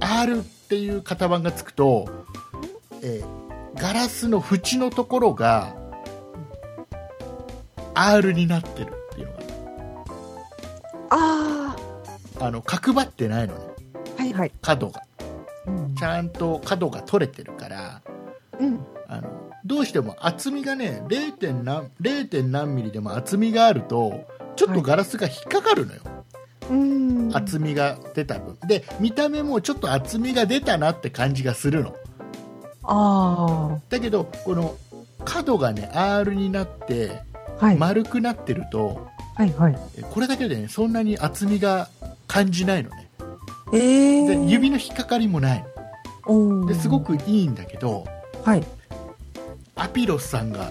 Speaker 2: R っていう型番がつくと、えーガラスの縁のところが R になってるっていうの
Speaker 3: あ
Speaker 2: があの角張ってないのね
Speaker 3: あ。はいはい。
Speaker 2: 角が
Speaker 3: うん
Speaker 2: ちゃんと角が取れてるから
Speaker 3: うん。
Speaker 2: あのどうしても厚みがね 0. 点何 0. 点何ミリでも厚みがあるとちょっとガラスが引っかかるのよ、
Speaker 3: うん。
Speaker 2: 厚みが出た分で見た目もちょっと厚みが出たなって感じがするの
Speaker 3: あ
Speaker 2: だけどこの角がね R になって
Speaker 3: あ。はい。
Speaker 2: 丸くなってると、
Speaker 3: はいはい。
Speaker 2: えこれだけでねそんなに厚みが感じないのね
Speaker 3: ええ
Speaker 2: で指の引っかかりもない
Speaker 3: お
Speaker 2: ですご
Speaker 3: く。
Speaker 2: くいいんだけど
Speaker 3: はい。
Speaker 2: アピロスさんが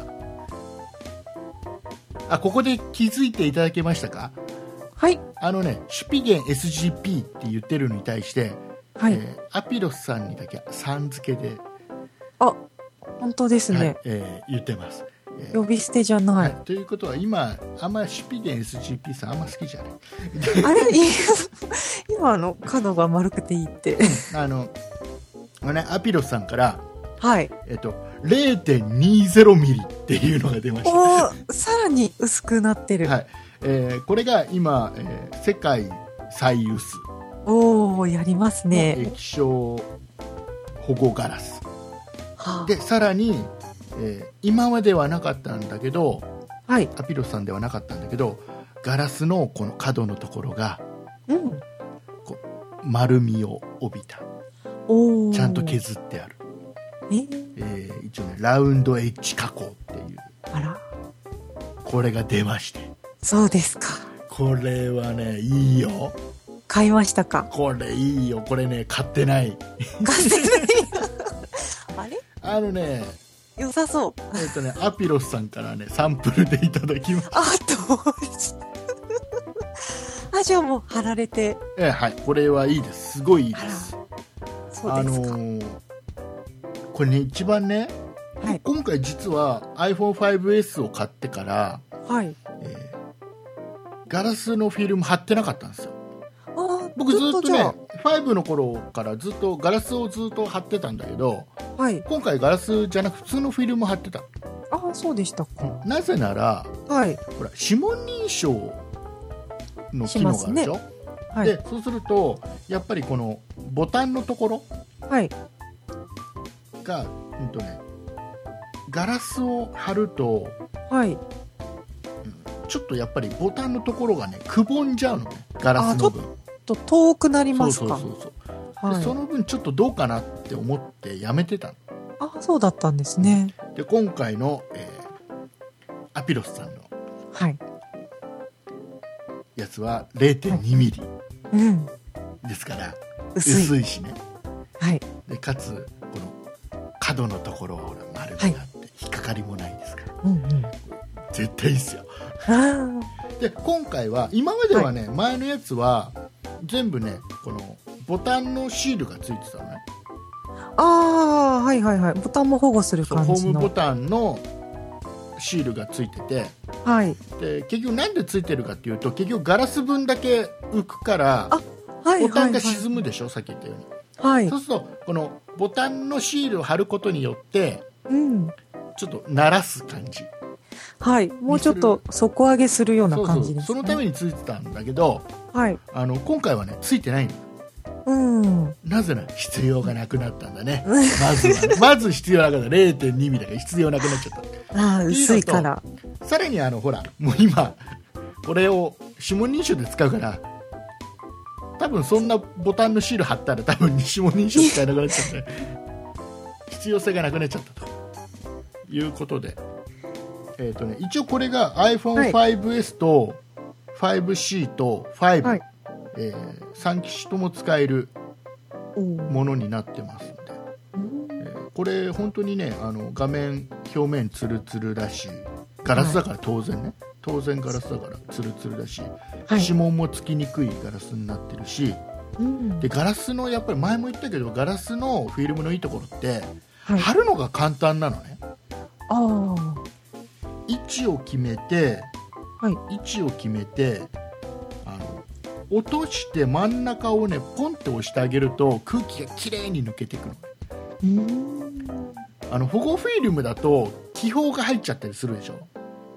Speaker 2: あここで気づいていただけましたか
Speaker 3: はい。
Speaker 2: あのねシュピゲン SGP って言ってるのに対して、
Speaker 3: はい。
Speaker 2: えーアピロスさんにだけさん付けで、
Speaker 3: あ、本当ですね。
Speaker 2: はいえー言ってます、えー
Speaker 3: 呼び捨てじゃな。
Speaker 2: はいい、ということは今あんまシュピゲン SGP さんあんま好きじゃない
Speaker 3: あれ、 い今あの角が丸くていいって。
Speaker 2: あの、あのね、アピロスさんから、
Speaker 3: はい。
Speaker 2: えっと、0.20ミリっていうのが出まし
Speaker 3: お
Speaker 2: た。
Speaker 3: ーさらに薄くなってる。
Speaker 2: はいえーこれが今、えー世界最薄
Speaker 3: おおやります
Speaker 2: の
Speaker 3: ね。
Speaker 2: 液晶保護ガラス。
Speaker 3: は
Speaker 2: で、さらに、えー今まではなかったんだけど、
Speaker 3: あはい。
Speaker 2: アピロスさんではなかったんだけど、ガラスのこの角のところが
Speaker 3: うん。
Speaker 2: 丸みを帯びた。
Speaker 3: おお。
Speaker 2: ちゃんと削ってある。
Speaker 3: えー
Speaker 2: えー一応ね、ラウンドエッジ加工っていう、
Speaker 3: あら、
Speaker 2: これが出まして。
Speaker 3: そうですか。
Speaker 2: これはねいいよ
Speaker 3: 買いまし たか。
Speaker 2: これいいよこれね買ってない
Speaker 3: 完全に。あれ
Speaker 2: あのね
Speaker 3: 良さそう。
Speaker 2: えっとねアピロスさんからねサンプルでいただきます
Speaker 3: あ、どうした。あ、じゃあもう貼られて。
Speaker 2: えはいこれはいいですすごいいいです
Speaker 3: そうですか。
Speaker 2: ーこれね一番ね、
Speaker 3: はい
Speaker 2: 今回実は iPhone5S を買ってから、
Speaker 3: はい。
Speaker 2: えーガラスのフィルム貼ってなかったんですよ
Speaker 3: あー
Speaker 2: 僕ずっと
Speaker 3: じゃ
Speaker 2: ね5の頃からずっとガラスをずっと貼ってたんだけど
Speaker 3: あはい。
Speaker 2: 今回ガラスじゃなく普通のフィルム貼ってた
Speaker 3: あーそうでしたか。
Speaker 2: なぜなら
Speaker 3: はい。
Speaker 2: ほら指紋認証の機能があるでしょ
Speaker 3: は
Speaker 2: で
Speaker 3: い。
Speaker 2: そうするとやっぱりこのボタンのところ
Speaker 3: はい。
Speaker 2: が、うんとね、ガラスを貼ると
Speaker 3: はい。
Speaker 2: ちょっとやっぱりボタンのところがねくぼんじゃうのねガラスの分
Speaker 3: と遠くなり
Speaker 2: そ
Speaker 3: ま
Speaker 2: う
Speaker 3: す
Speaker 2: そう
Speaker 3: か。
Speaker 2: そうそう、
Speaker 3: は
Speaker 2: でそ
Speaker 3: い。
Speaker 2: の分ちょっとどうかなって思ってやめてた
Speaker 3: あーそうだったんですね。
Speaker 2: ので今回の、えーアピロスさんの
Speaker 3: はい。
Speaker 2: やつは0.2ミリ
Speaker 3: うん。
Speaker 2: ですから
Speaker 3: 薄い。
Speaker 2: 薄いしね
Speaker 3: はい。
Speaker 2: でかつこの角のところはほら丸くなって引っかかりもないですから、
Speaker 3: うんうん。
Speaker 2: 絶対いいですよ
Speaker 3: あ
Speaker 2: で今回は今まではね、前のやつは全部ねこのボタンのシールがついてたのね
Speaker 3: ーあー、はいはいはい。ボタンも保護する
Speaker 2: そう
Speaker 3: 感
Speaker 2: ホ
Speaker 3: じ
Speaker 2: ームボ
Speaker 3: の。
Speaker 2: タンのシールがついてて
Speaker 3: はい。
Speaker 2: で結局なんでついてるかっていうと結局ガラス分だけ浮くから
Speaker 3: あはいはいはい。
Speaker 2: ボタンが沈むでしょ、さっき言ったように、
Speaker 3: はい
Speaker 2: そ。うするとこのボタンのシールを貼ることによって
Speaker 3: うん。
Speaker 2: ちょっと慣らす感じ
Speaker 3: はい。もうちょっと底上げするような
Speaker 2: そう
Speaker 3: 感
Speaker 2: そ
Speaker 3: じ
Speaker 2: う
Speaker 3: です、ね。
Speaker 2: そのためについてたんだけど
Speaker 3: はい。
Speaker 2: あの今回はねついてないの
Speaker 3: うん。
Speaker 2: なぜなら必要がなくなったんだねまずはねまず必要なかった0.2ミリだから必要なくなっちゃっ
Speaker 3: ああ、薄いから。
Speaker 2: たさらにあのほらもう今これを指紋認証で使うから多分そんなボタンのシール貼ったら多分指紋認証使えなくなっちゃって必要性がなくなっちゃったということで、えーとね、一応これが iPhone5S と 5C と5、
Speaker 3: はい
Speaker 2: えー、3機種とも使える
Speaker 3: うん
Speaker 2: ものになってますんで、えーこれ本当にねあの画面表面ツルツルだしガラスだから当然ね、当然ガラスだからツルツルだし、
Speaker 3: はい
Speaker 2: 指紋もつきにくいガラスになってるし
Speaker 3: うん
Speaker 2: でガラスのやっぱり前も言ったけどガラスのフィルムのいいところって
Speaker 3: はい。
Speaker 2: 貼るのが簡単なのね
Speaker 3: ああ。
Speaker 2: 位置を決めて、
Speaker 3: はい
Speaker 2: 位置を決めてあの落として真ん中をねポンって押してあげると空気がきれいに抜けていくの
Speaker 3: うん。
Speaker 2: あの保護フィルムだと気泡が入っちゃったりするでしょ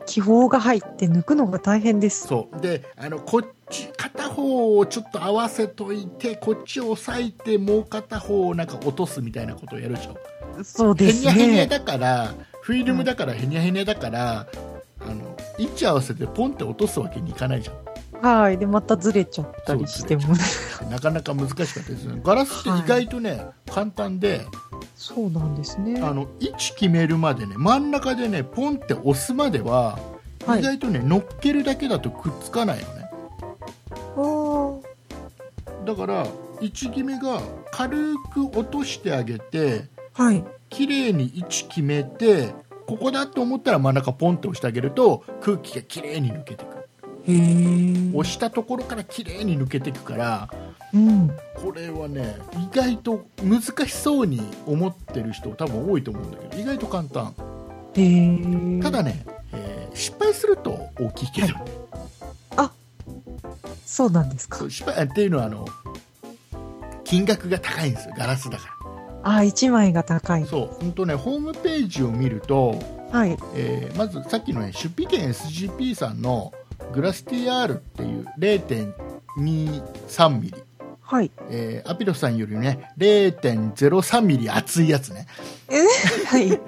Speaker 3: 気泡が入って抜くのが大変です。
Speaker 2: そうであのこっち片方をちょっと合わせといてこっちを押さえてもう片方をなんか落とすみたいなことをやるでしょ
Speaker 3: そうで
Speaker 2: へに
Speaker 3: す
Speaker 2: ゃへにゃ
Speaker 3: ね。
Speaker 2: だからフィルムだからへにゃへにゃだから、あの位置合わせてポンって落とすわけにいかないじゃん
Speaker 3: はい。で、またずれちゃったりしても。
Speaker 2: なかなか難しかったですねガラスって意外とね、簡単で
Speaker 3: そうなんですね。
Speaker 2: あの位置決めるまでね真ん中でねポンって押すまでは
Speaker 3: はい
Speaker 2: 意外とね、乗っけるだけだとくっつかないのね
Speaker 3: おー
Speaker 2: だから位置決めが軽く落としてあげて
Speaker 3: はい。
Speaker 2: 綺麗に位置決めてここだと思ったら真ん中ポンって押してあげると空気が綺麗に抜けてくる
Speaker 3: へえ。
Speaker 2: 押したところから綺麗に抜けてくから
Speaker 3: うん。
Speaker 2: これはね意外と難しそうに思ってる人多分多いと思うんだけど意外と簡単
Speaker 3: へえ。
Speaker 2: ただね、えー失敗すると大きいけど
Speaker 3: そうなんですか
Speaker 2: そう。失敗っていうのはあの金額が高いんですよガラスだか
Speaker 3: あー、一枚が高い
Speaker 2: ら。そう本当ねホームページを見ると、
Speaker 3: はい。
Speaker 2: えーまずさっきのね出費券 SGP さんのグラス TR っていう0.23ミリ
Speaker 3: はい。
Speaker 2: えーアピロさんよりね0.03ミリ厚いやつね
Speaker 3: えー、 はい。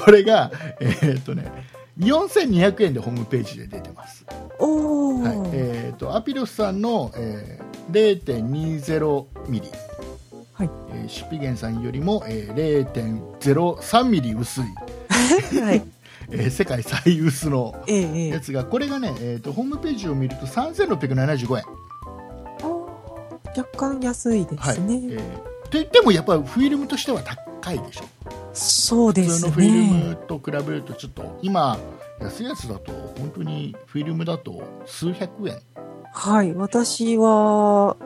Speaker 2: これがえーっとね4200円でホームページで出てます、
Speaker 3: おお、
Speaker 2: はいえーっとアピロさんの、えー0.20ミリ、
Speaker 3: はい
Speaker 2: えーシュピゲンさんよりも、えー0.03ミリ薄い、
Speaker 3: はい。
Speaker 2: えー世界最薄の
Speaker 3: ええええ
Speaker 2: やつがこれがね、えーっとホームページを見ると3675円
Speaker 3: 若干安いで
Speaker 2: はい
Speaker 3: すね。
Speaker 2: えーといってもやっぱりフィルムとしては高いでしょ
Speaker 3: そうで
Speaker 2: 普通
Speaker 3: す
Speaker 2: のフィル
Speaker 3: ね。
Speaker 2: ムと比べるとちょっと今安いやつだと本当にフィルムだと数百円
Speaker 3: はい。私は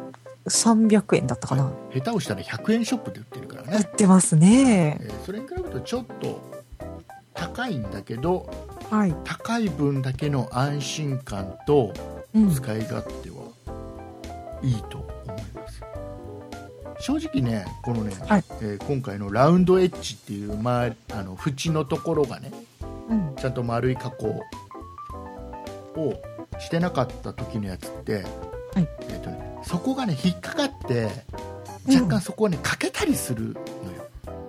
Speaker 3: 300円だったかな。
Speaker 2: 下手をしたら100円ショップで売ってるから
Speaker 3: 売っ
Speaker 2: ね、
Speaker 3: てますね
Speaker 2: え。ーそれに比べるとちょっと高いんだけど
Speaker 3: はい。
Speaker 2: 高い分だけの安心感と
Speaker 3: うん。
Speaker 2: 使い勝手はいいと思います正直ねこのね、
Speaker 3: はい
Speaker 2: えー今回のラウンドエッジっていう、まあ、あの縁のところがね
Speaker 3: うん
Speaker 2: ちゃんと丸い加工をしてなかった時のやつって、
Speaker 3: はい
Speaker 2: えーとね、そこがね引っかかって
Speaker 3: うん
Speaker 2: 若干そこをね欠けたりするのよ、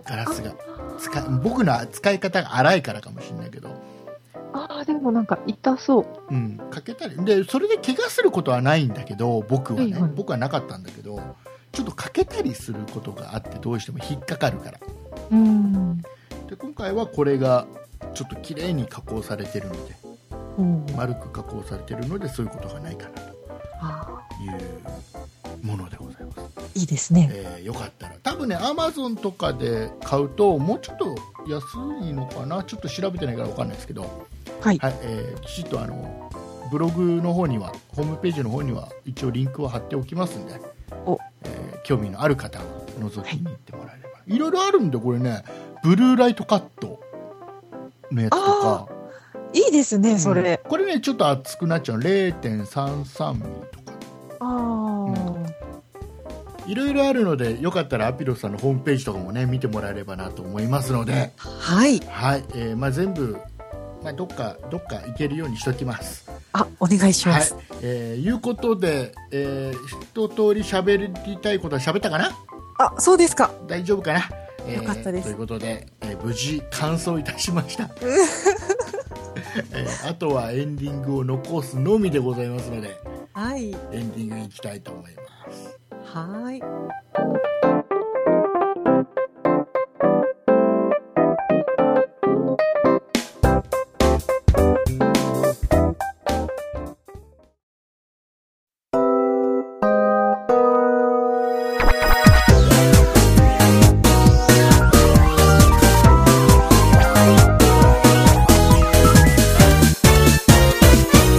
Speaker 2: ガラスが使い僕の使い方が荒いからかもしれないけど、
Speaker 4: ああ、でもなんか痛そう。
Speaker 2: うん、欠けたりでそれで怪我することはないんだけど僕はね、
Speaker 4: はいはい
Speaker 2: 僕はなかったんだけどちょっと欠けたりすることがあってどうしても引っかかるから
Speaker 3: うん。
Speaker 2: で今回はこれがちょっと綺麗に加工されてるので
Speaker 3: うん
Speaker 2: 丸く加工されてるのでそういうことがないかなと
Speaker 3: あ
Speaker 2: いうものでございます、
Speaker 3: ーいいですね。
Speaker 2: えーよかったら多分ねアマゾンとかで買うともうちょっと安いのかなちょっと調べてないから分かんないですけど、は
Speaker 3: はい。
Speaker 2: いえーきちっとあのブログの方にはホームページの方には一応リンクを貼っておきますんで
Speaker 3: お、
Speaker 2: えー興味のある方は覗きに行ってもらえれば、い、ろいろあるんでこれねブルーライトカットのやつと
Speaker 3: あ
Speaker 2: か
Speaker 3: いいですね、それ。
Speaker 2: これねちょっと厚くなっちゃう0.33ミリとか
Speaker 3: ああ。
Speaker 2: いろいろあるのでよかったらアピロさんのホームページとかもね見てもらえればなと思いますので、
Speaker 3: はい。
Speaker 2: はいえーまあ、全部、まあ、どっかどっか行けるようにしときます。
Speaker 3: あ、お願いし
Speaker 2: は
Speaker 3: ま
Speaker 2: い
Speaker 3: す。
Speaker 2: えーいうことで、えー一通り喋りたいことは喋ったかな
Speaker 3: あ、そうですか。
Speaker 2: 大丈夫かな、えー
Speaker 3: よかったです
Speaker 2: ということで、えー無事完走いたしました、えーあとはエンディングを残すのみでございますので
Speaker 3: はい。
Speaker 2: エンディングいきたいと思います。
Speaker 3: はい。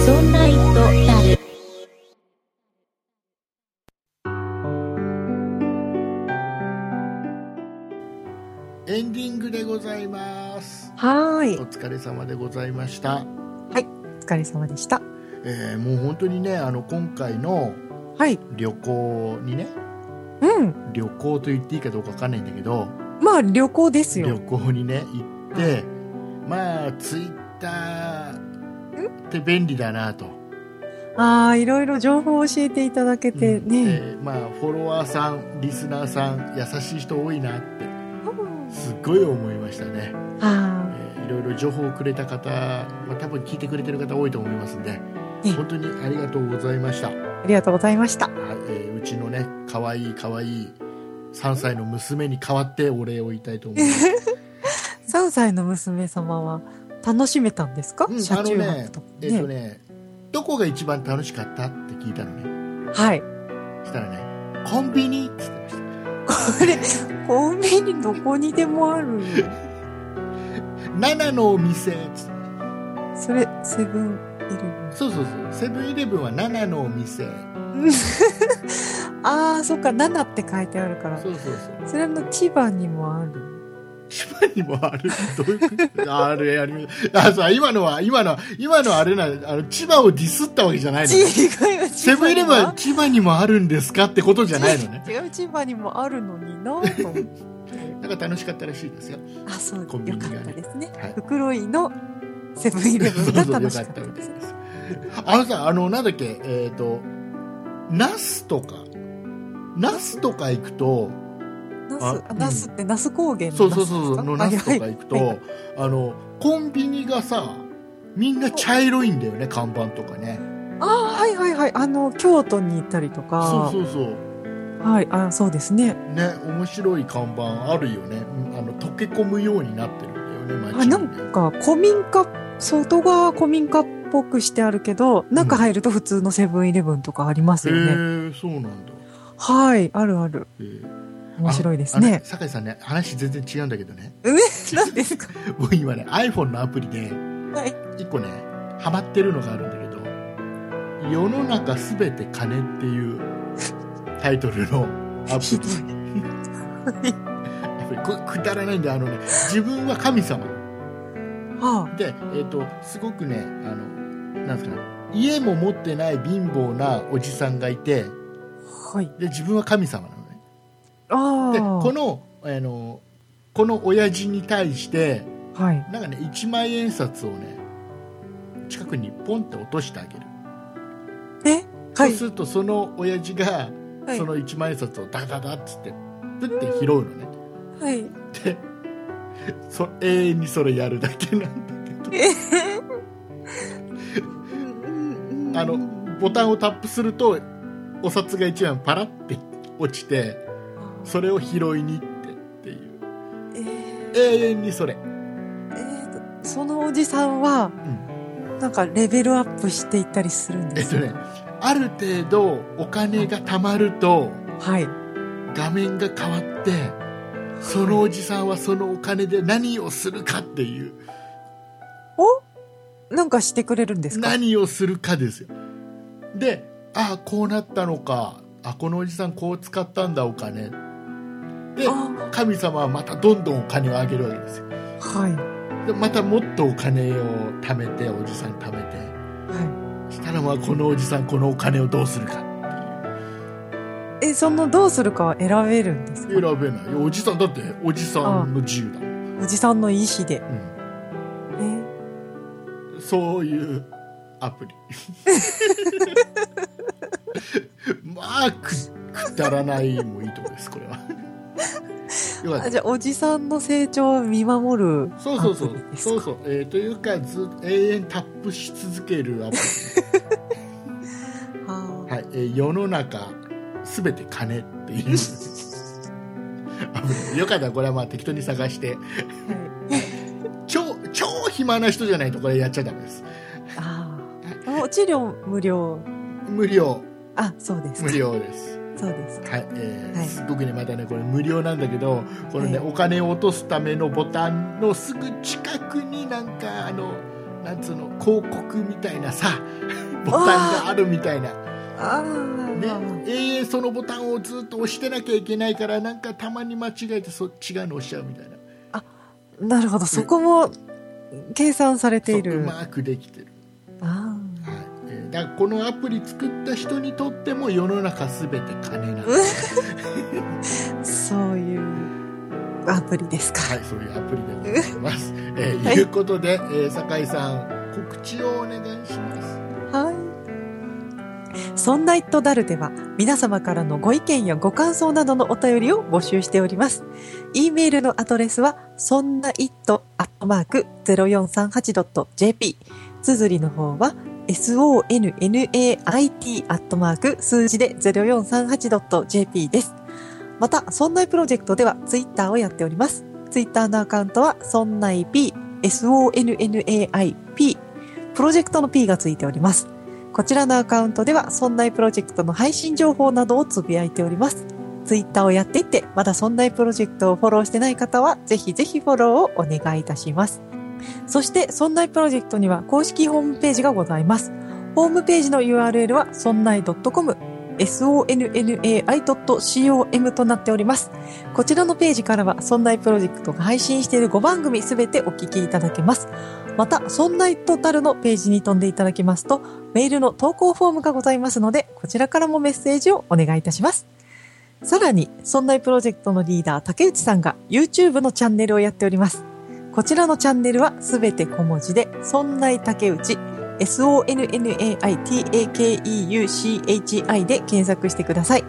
Speaker 1: そんな糸だる。
Speaker 2: エンディングでございます。
Speaker 3: はい。
Speaker 2: お疲れ様でございました。
Speaker 3: お疲れ様でした。
Speaker 2: えーもう本当にね、あの今回の
Speaker 3: はい。
Speaker 2: 旅行にね、
Speaker 3: うん。
Speaker 2: 旅行と言っていいかどうかわかんないんだけど、
Speaker 3: まあ、旅行です
Speaker 2: 旅
Speaker 3: よ。
Speaker 2: 行にね行って、まあツイッターって便利だなと、
Speaker 3: ああ、いろいろ情報を教えていただけて
Speaker 2: うん
Speaker 3: ね。
Speaker 2: でまあフォロワーさん、リスナーさん優しい人多いなって
Speaker 3: うん
Speaker 2: すっごい思いましたね。
Speaker 3: あ
Speaker 2: えーいろいろ情報をくれた方、まあ、多分聞いてくれてる方多いと思いますんで、
Speaker 3: え
Speaker 2: 本当にありがとうございました。
Speaker 3: あ、ありがとうございました。
Speaker 2: はいえーうちのね可愛い可愛い3歳の娘に代わってお礼を言いたいと思います。
Speaker 3: 3歳の娘様は楽しめたんですか、
Speaker 2: うん
Speaker 3: 車中
Speaker 2: あのね
Speaker 3: 泊とか
Speaker 2: え
Speaker 3: ね
Speaker 2: っ、とね、どこが一番楽しかったって聞いたのね。
Speaker 3: はい
Speaker 2: したらね、コンビニって言ってました
Speaker 3: これコンビニどこにでもある
Speaker 2: 7のお店っつって
Speaker 3: それセブンイレブン
Speaker 2: そうそうそうセブンイレブンは7のお店
Speaker 3: ああそっか7って書いてあるから
Speaker 2: そうそうそう
Speaker 3: それの千葉にもある
Speaker 2: 千葉にもあるどういうことあれやりあそう今のは今のは今のはあれなあの千葉をディスったわけじゃないのね
Speaker 3: 違う
Speaker 2: セブンイレブンは
Speaker 3: は
Speaker 2: 千葉にもあるんですかってことじゃないのね
Speaker 3: 違う千葉にもあるのになぁと思って
Speaker 2: なんか楽しかったらしいですよ
Speaker 3: あそう
Speaker 2: コンビ
Speaker 3: よ
Speaker 2: ニが
Speaker 3: かっ
Speaker 2: ね
Speaker 3: たですね、
Speaker 2: はい
Speaker 3: 袋井のセブンイレブンが楽しかったですね
Speaker 2: あのさあのなんだっけえっ、とナスとかナスとか行くと
Speaker 3: ナ
Speaker 2: あ
Speaker 3: スあナスってナス高原の
Speaker 2: そうそうそうそうの
Speaker 3: ナ
Speaker 2: ナ
Speaker 3: ス
Speaker 2: ス
Speaker 3: ですか
Speaker 2: とか行く
Speaker 3: はいはい
Speaker 2: とあのコンビニがさみんな茶色いんだよね看板とかね
Speaker 3: ああはいはいはいあの京都に行ったり
Speaker 2: そ
Speaker 3: と
Speaker 2: う
Speaker 3: か
Speaker 2: そうそう
Speaker 3: はいあそうですね
Speaker 2: ね面白い看板あるよねうんあの溶け込むようになってるんだよね
Speaker 3: あ
Speaker 2: 街
Speaker 3: な
Speaker 2: に
Speaker 3: ん
Speaker 2: ね
Speaker 3: か古民家外側は古民家っぽくしてあるけど中入ると普通のセブンイレブンとかあります
Speaker 2: へ
Speaker 3: よね、
Speaker 2: えそうなんだ、
Speaker 3: はいあるある
Speaker 2: えー
Speaker 3: 面白いです
Speaker 2: あの
Speaker 3: ね
Speaker 2: 酒井さんね話全然違うんだけどね
Speaker 3: え何ですか
Speaker 2: 僕今ね iPhone のアプリで
Speaker 3: はい
Speaker 2: 一個ねハマってるのがあるんだけど「世の中すべて金」っていうタイトルのアプ
Speaker 3: ひどい
Speaker 2: リアプリこくだらないんであのね自分は神様
Speaker 3: は
Speaker 2: でえっ、とすごくねあのなんですかね家も持ってない貧乏なおじさんがいて
Speaker 3: あはい
Speaker 2: で自分は神様なのね
Speaker 3: ああ
Speaker 2: でこのあのこの親父に対して
Speaker 3: はい
Speaker 2: なんかね1万円札をね近くにポンって落としてあげる、
Speaker 3: えはい
Speaker 2: そうするとその親父が
Speaker 3: はい
Speaker 2: その一万円札をダダダっつってプッて拾うのね、
Speaker 3: はい
Speaker 2: でそ永遠にそれやるだけなんだけど
Speaker 3: えへうん
Speaker 2: あのボタンをタップするとお札が一枚パラって落ちてそれを拾いに行ってっていう
Speaker 3: えー
Speaker 2: 永遠にそれ
Speaker 3: えーとそのおじさんは、なんかレベルアップしていったりするん
Speaker 2: え
Speaker 3: で
Speaker 2: っ
Speaker 3: す
Speaker 2: と
Speaker 3: よ
Speaker 2: ねある程度お金が貯まると
Speaker 3: はい
Speaker 2: 画面が変わってそのおじさんはそのお金で何をするかっていう
Speaker 3: おなんかしてくれるんですか
Speaker 2: 何をするかですよでああこうなったのかあこのおじさんこう使ったんだお金で
Speaker 3: あ
Speaker 2: 神様はまたどんどんお金をあげるわけですよ
Speaker 3: はい
Speaker 2: でまたもっとお金を貯めておじさん貯めて
Speaker 3: は
Speaker 2: したらまあこのおじさんこのお金をどうするか
Speaker 3: いえそのどうするかは選べるんです
Speaker 2: 選べ
Speaker 3: か
Speaker 2: ないよおじさんだっておじさんの自由だもん、
Speaker 3: おじさんの意思でえ
Speaker 2: うん、そういうアプリまあくくだらないもいいとこですこれはよかった
Speaker 3: あじゃあおじさんの成長を見守る
Speaker 2: そうそうそう
Speaker 3: アプリですか
Speaker 2: そうそう、えーというかず永遠タップし続けるアプ
Speaker 3: は
Speaker 2: リ、はいえー世の中すべて金っていうアプリよかったらこれはまあ適当に探して
Speaker 3: い
Speaker 2: 超超暇な人じゃないとこれやっちゃダメです
Speaker 3: ああもう治療無料
Speaker 2: 無料
Speaker 3: あそうです
Speaker 2: 無
Speaker 3: か
Speaker 2: 料です
Speaker 3: そうです
Speaker 2: はい、えー
Speaker 3: はい
Speaker 2: すっごくねまたねこれ無料なんだけどこのね、
Speaker 3: は
Speaker 2: お金を落とすためのボタンのすぐ近くになんかあのなんつうの広告みたいなさ ボタンがあるみたいな
Speaker 3: ああ
Speaker 2: で永遠そのボタンをずっと押してなきゃいけないからなんかたまに間違えてそ違うの押しちゃうみたいな
Speaker 3: なるほどそこも計算されてい
Speaker 2: そうう
Speaker 3: る
Speaker 2: まくできてる、
Speaker 3: あ
Speaker 2: はいえーだからこのアプリ作った人にとっても世の中すべて金なんで
Speaker 3: うん
Speaker 2: す、
Speaker 3: あそういうアプリですか
Speaker 2: はい、そういうアプリでござい ます、えー
Speaker 3: はい
Speaker 2: いうことで、えー酒井さん告知をお願いします
Speaker 3: はい。そんなイットダルでは皆様からのご意見やご感想などのお便りを募集しております。e メールのアドレスはそんな it.0438.jp 綴りの方は sonnait. アットマーク数字で 0438.jp です。また、そんないプロジェクトではツイッターをやっております。ツイッターのアカウントは、そんない P、SONNAIP、プロジェクトの P がついております。こちらのアカウントでは、そんないプロジェクトの配信情報などをつぶやいております。ツイッターをやっていって、まだそんないプロジェクトをフォローしてない方は、ぜひぜひフォローをお願いいたします。そして、そんないプロジェクトには公式ホームページがございます。ホームページの URL は、そんない .com、sonnai.com となっております。こちらのページからは、そんないプロジェクトが配信している5番組すべてお聞きいただけます。また、そんないトータルのページに飛んでいただきますと、メールの投稿フォームがございますので、こちらからもメッセージをお願いいたします。さらに、そんないプロジェクトのリーダー、竹内さんが YouTube のチャンネルをやっております。こちらのチャンネルはすべて小文字で、そんない竹内、sonnaitakeuchi で検索してください。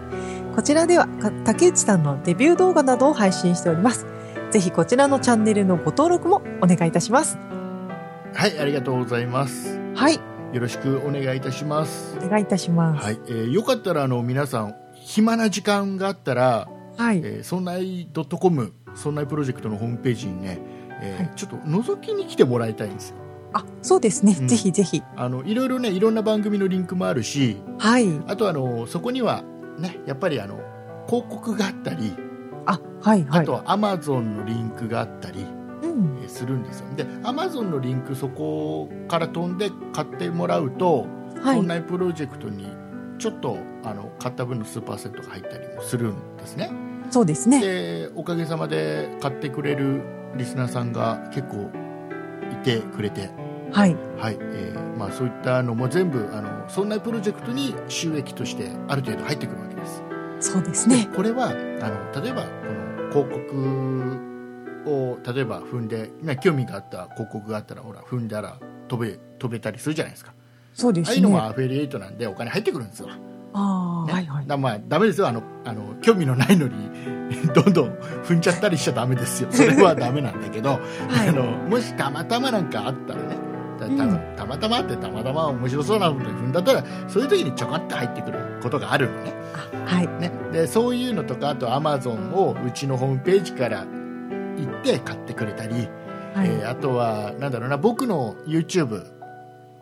Speaker 3: こちらではか竹内さんのデビュー動画などを配信しております。ぜひこちらのチャンネルのご登録もお願いいたします。
Speaker 2: はい、ありがとうございます。
Speaker 3: はい、
Speaker 2: よろしくお願いいたします。
Speaker 3: お願いいたします。
Speaker 2: はい、えーよかったらあの皆さん暇な時間があったら、
Speaker 3: はい。
Speaker 2: えー、そんない .com そんないプロジェクトのホームページにね、えー
Speaker 3: は
Speaker 2: ちょっと覗きに来てもらいたいんですよ。
Speaker 3: あ、そうですね。
Speaker 2: うん
Speaker 3: ぜひぜひ。
Speaker 2: あのいろいろねいろんな番組のリンクもあるし、
Speaker 3: はい。
Speaker 2: あとあのそこにはねやっぱりあの広告があったり、
Speaker 3: あ、はい、はい。
Speaker 2: あとは Amazon のリンクがあったり
Speaker 3: う
Speaker 2: え
Speaker 3: ん。
Speaker 2: ーするんですよ。で Amazon のリンクそこから飛んで買ってもらうと、
Speaker 3: は
Speaker 2: そん
Speaker 3: い。
Speaker 2: ないプロジェクトにちょっとあの買った分の数パーセントが入ったりもするんですね。
Speaker 3: そうですね。
Speaker 2: でおかげさまで買ってくれるリスナーさんが結構いてくれて、
Speaker 3: はい。
Speaker 2: はいえーまあ、そういったのも全部あのそんなプロジェクトに収益としてある程度入ってくるわけです、
Speaker 3: そうです
Speaker 2: で
Speaker 3: ね。
Speaker 2: これはあの例えばこの広告を例えば踏んで、ね、興味があった広告があったらほら踏んだら飛べ飛べたりするじゃないですか
Speaker 3: そうで
Speaker 2: ああい
Speaker 3: す
Speaker 2: うの
Speaker 3: ね。
Speaker 2: も
Speaker 3: あ
Speaker 2: アフィリエイトなんでお金入ってくるんですよ
Speaker 3: あー、はい、はい。
Speaker 2: だまあダメですよあのあの興味のないのに どんどん踏んじゃったりしちゃダメですよそれはダメなんだけど、あの
Speaker 3: は
Speaker 2: もしたまたまなんかあったらねたた
Speaker 3: うん
Speaker 2: たまたまってたまたま面白そうなことに踏んだったらそういう時にちょこっと入ってくることがあるのね
Speaker 3: い。はい。
Speaker 2: ねでそういうのとかあとアマゾンをうちのホームページから行って買ってくれたり、
Speaker 3: はい。
Speaker 2: えーあとはなんだろうな僕の YouTube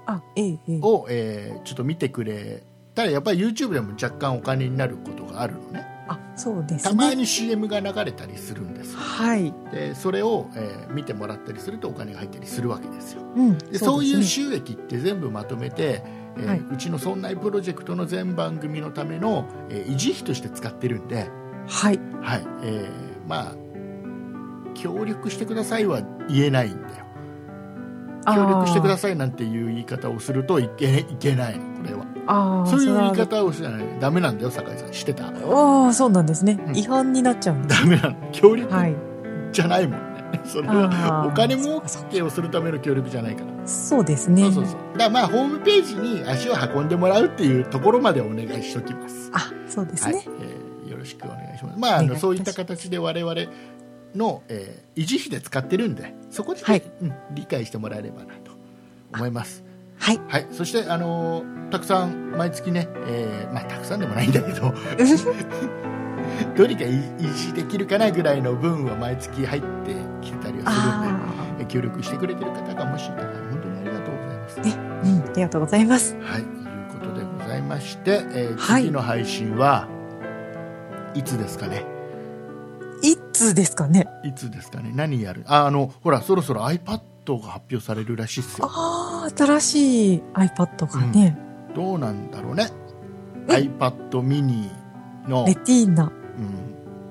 Speaker 3: あ、ええ、ええ。
Speaker 2: を、えーちょっと見てくれたらやっぱり YouTube でも若干お金になることがあるのね
Speaker 3: あ、そうです
Speaker 2: たま
Speaker 3: ね。
Speaker 2: に CM が流れたりするんですよ
Speaker 3: はい。
Speaker 2: でそれを、えー見てもらったりするとお金が入ったりするわけですよ
Speaker 3: うん。
Speaker 2: でそう
Speaker 3: です
Speaker 2: いう
Speaker 3: ね
Speaker 2: 収益って全部まとめて、えー
Speaker 3: はいう
Speaker 2: ちの「そんなプロジェクト」の全番組のための、えー維持費として使ってるんで、
Speaker 3: はい。
Speaker 2: はいえーまあ協力してくださいは言えないんだよ協力してくだ
Speaker 3: さ。
Speaker 2: さいなんていう言い方をするといけいけないのこれはい
Speaker 3: あーあー、
Speaker 2: そういう言い
Speaker 3: それは
Speaker 2: 方をしたらダメなんだよ酒井さんしてた
Speaker 3: ああ、そうなんですね
Speaker 2: う。ん
Speaker 3: 違反になっちゃうんです。
Speaker 2: ダメなの協力
Speaker 3: はい。
Speaker 2: じゃないもんね それ
Speaker 3: あ
Speaker 2: は
Speaker 3: ー
Speaker 2: お金儲けをするための協力じゃないから
Speaker 3: そうですね。
Speaker 2: そうそうそうだからまあホームページに足を運んでもらうっていうところまでお願いしときます
Speaker 3: あ、そうです
Speaker 2: はい
Speaker 3: ね。
Speaker 2: えーよろしくお願いしますまああ
Speaker 3: お願いい
Speaker 2: の
Speaker 3: たします
Speaker 2: そういった形で我々の、えー維持費で使ってるんでそこで、
Speaker 3: はい
Speaker 2: うん理解してもらえればなと思います
Speaker 3: はい。
Speaker 2: はいそしてあのーたくさん毎月ね、えーまあたくさんでもないんだけど どうにかい維持できるかなぐらいの分は毎月入ってきてたりはするんで
Speaker 3: あ
Speaker 2: え協力してくれてる方がもしいたら本当にありがとうございます。
Speaker 3: ねあ、うん。ありがとうございます。
Speaker 2: はい、ということでございまして、えー
Speaker 3: はい
Speaker 2: 次の配信はいつですかね。
Speaker 3: いつですかね。
Speaker 2: いつですかね。何やる。ああのほらそろそろ iPad が発表されるらしいですよ。
Speaker 3: ああ、新しい iPad がね、
Speaker 2: どうなんだろうね。iPad mini の、
Speaker 3: レティーナ
Speaker 2: う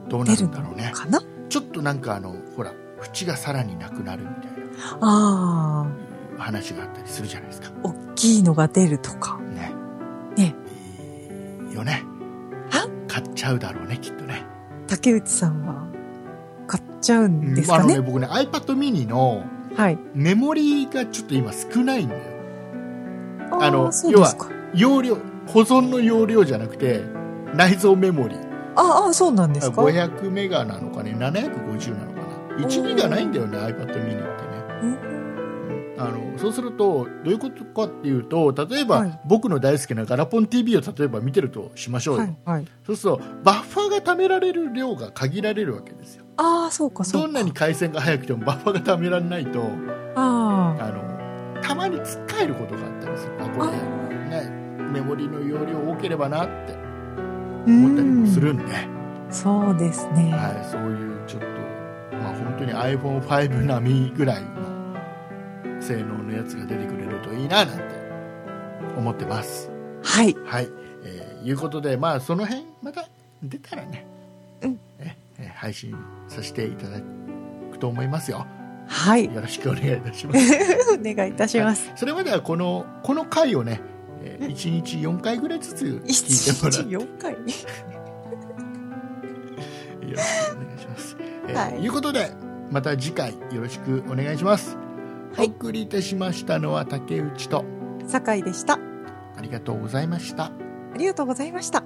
Speaker 2: ん、どうな
Speaker 3: 出
Speaker 2: る
Speaker 3: る
Speaker 2: んだろうね
Speaker 3: の。かな
Speaker 2: ちょっとなんかあのほら縁がさらになくなるみたい
Speaker 3: あ
Speaker 2: な話があったりするじゃないですか。
Speaker 3: あ、大きいのが出るとか。
Speaker 2: ね。
Speaker 3: ね
Speaker 2: いいよね。
Speaker 3: は
Speaker 2: 買っちゃうだろうねきっとね。
Speaker 3: 竹内さんは買っちゃうんです
Speaker 2: あ
Speaker 3: か
Speaker 2: の
Speaker 3: ね
Speaker 2: ね。僕ね iPad mini の
Speaker 3: はい。
Speaker 2: メモリーがちょっと今少ないんだよ
Speaker 3: ー
Speaker 2: あの
Speaker 3: そうですか。
Speaker 2: 容量保存の容量じゃなくて内蔵メモリー
Speaker 3: ああ、そうなんですか。う
Speaker 2: 500メガなのかね750なのかな1
Speaker 3: おー
Speaker 2: ギガないんだよね iPad mini ってね
Speaker 3: ん
Speaker 2: あのそうするとどういうことかっていうと例えば、
Speaker 3: はい
Speaker 2: 僕の大好きなガラポン TV を例えば見てるとしましょうよ、
Speaker 3: はい、はい。
Speaker 2: そうするとバッファーが貯められる量が限られるわけですよ
Speaker 3: ああ、そうか、そう
Speaker 2: ど
Speaker 3: か。
Speaker 2: んなに海鮮が早くてもバッファが貯められないと
Speaker 3: あ
Speaker 2: あのたまにつっかえることがあったりするあこれ
Speaker 3: あ
Speaker 2: ねメモリの容量多ければなって
Speaker 3: あ、
Speaker 2: 思ったりもす
Speaker 3: うん。
Speaker 2: るんで、
Speaker 3: そうですね。
Speaker 2: はい、そういうちょっと、まあ、本当に iPhone5 並みぐらいの性能のやつが出てくれるといいななんて思ってます。
Speaker 3: はい。
Speaker 2: はい、えーいうことで、まあ、その辺また出たらね、
Speaker 3: うん
Speaker 2: ねえー配信させていただくと思いますよ。
Speaker 3: はい。
Speaker 2: よろしくお願いいたします。
Speaker 3: お願いいたします。
Speaker 2: それまではこのこの回をね、え1日4回ぐらいずつ聞いてもらって
Speaker 3: 1日4回。
Speaker 2: よろしくお願いします。えー
Speaker 3: はい
Speaker 2: い、うことでまた次回よろしくお願いします。
Speaker 3: はい
Speaker 2: お送りいたしましたのは竹内と
Speaker 3: 酒井でした。
Speaker 2: ありがとうございました。
Speaker 3: ありがとうございました。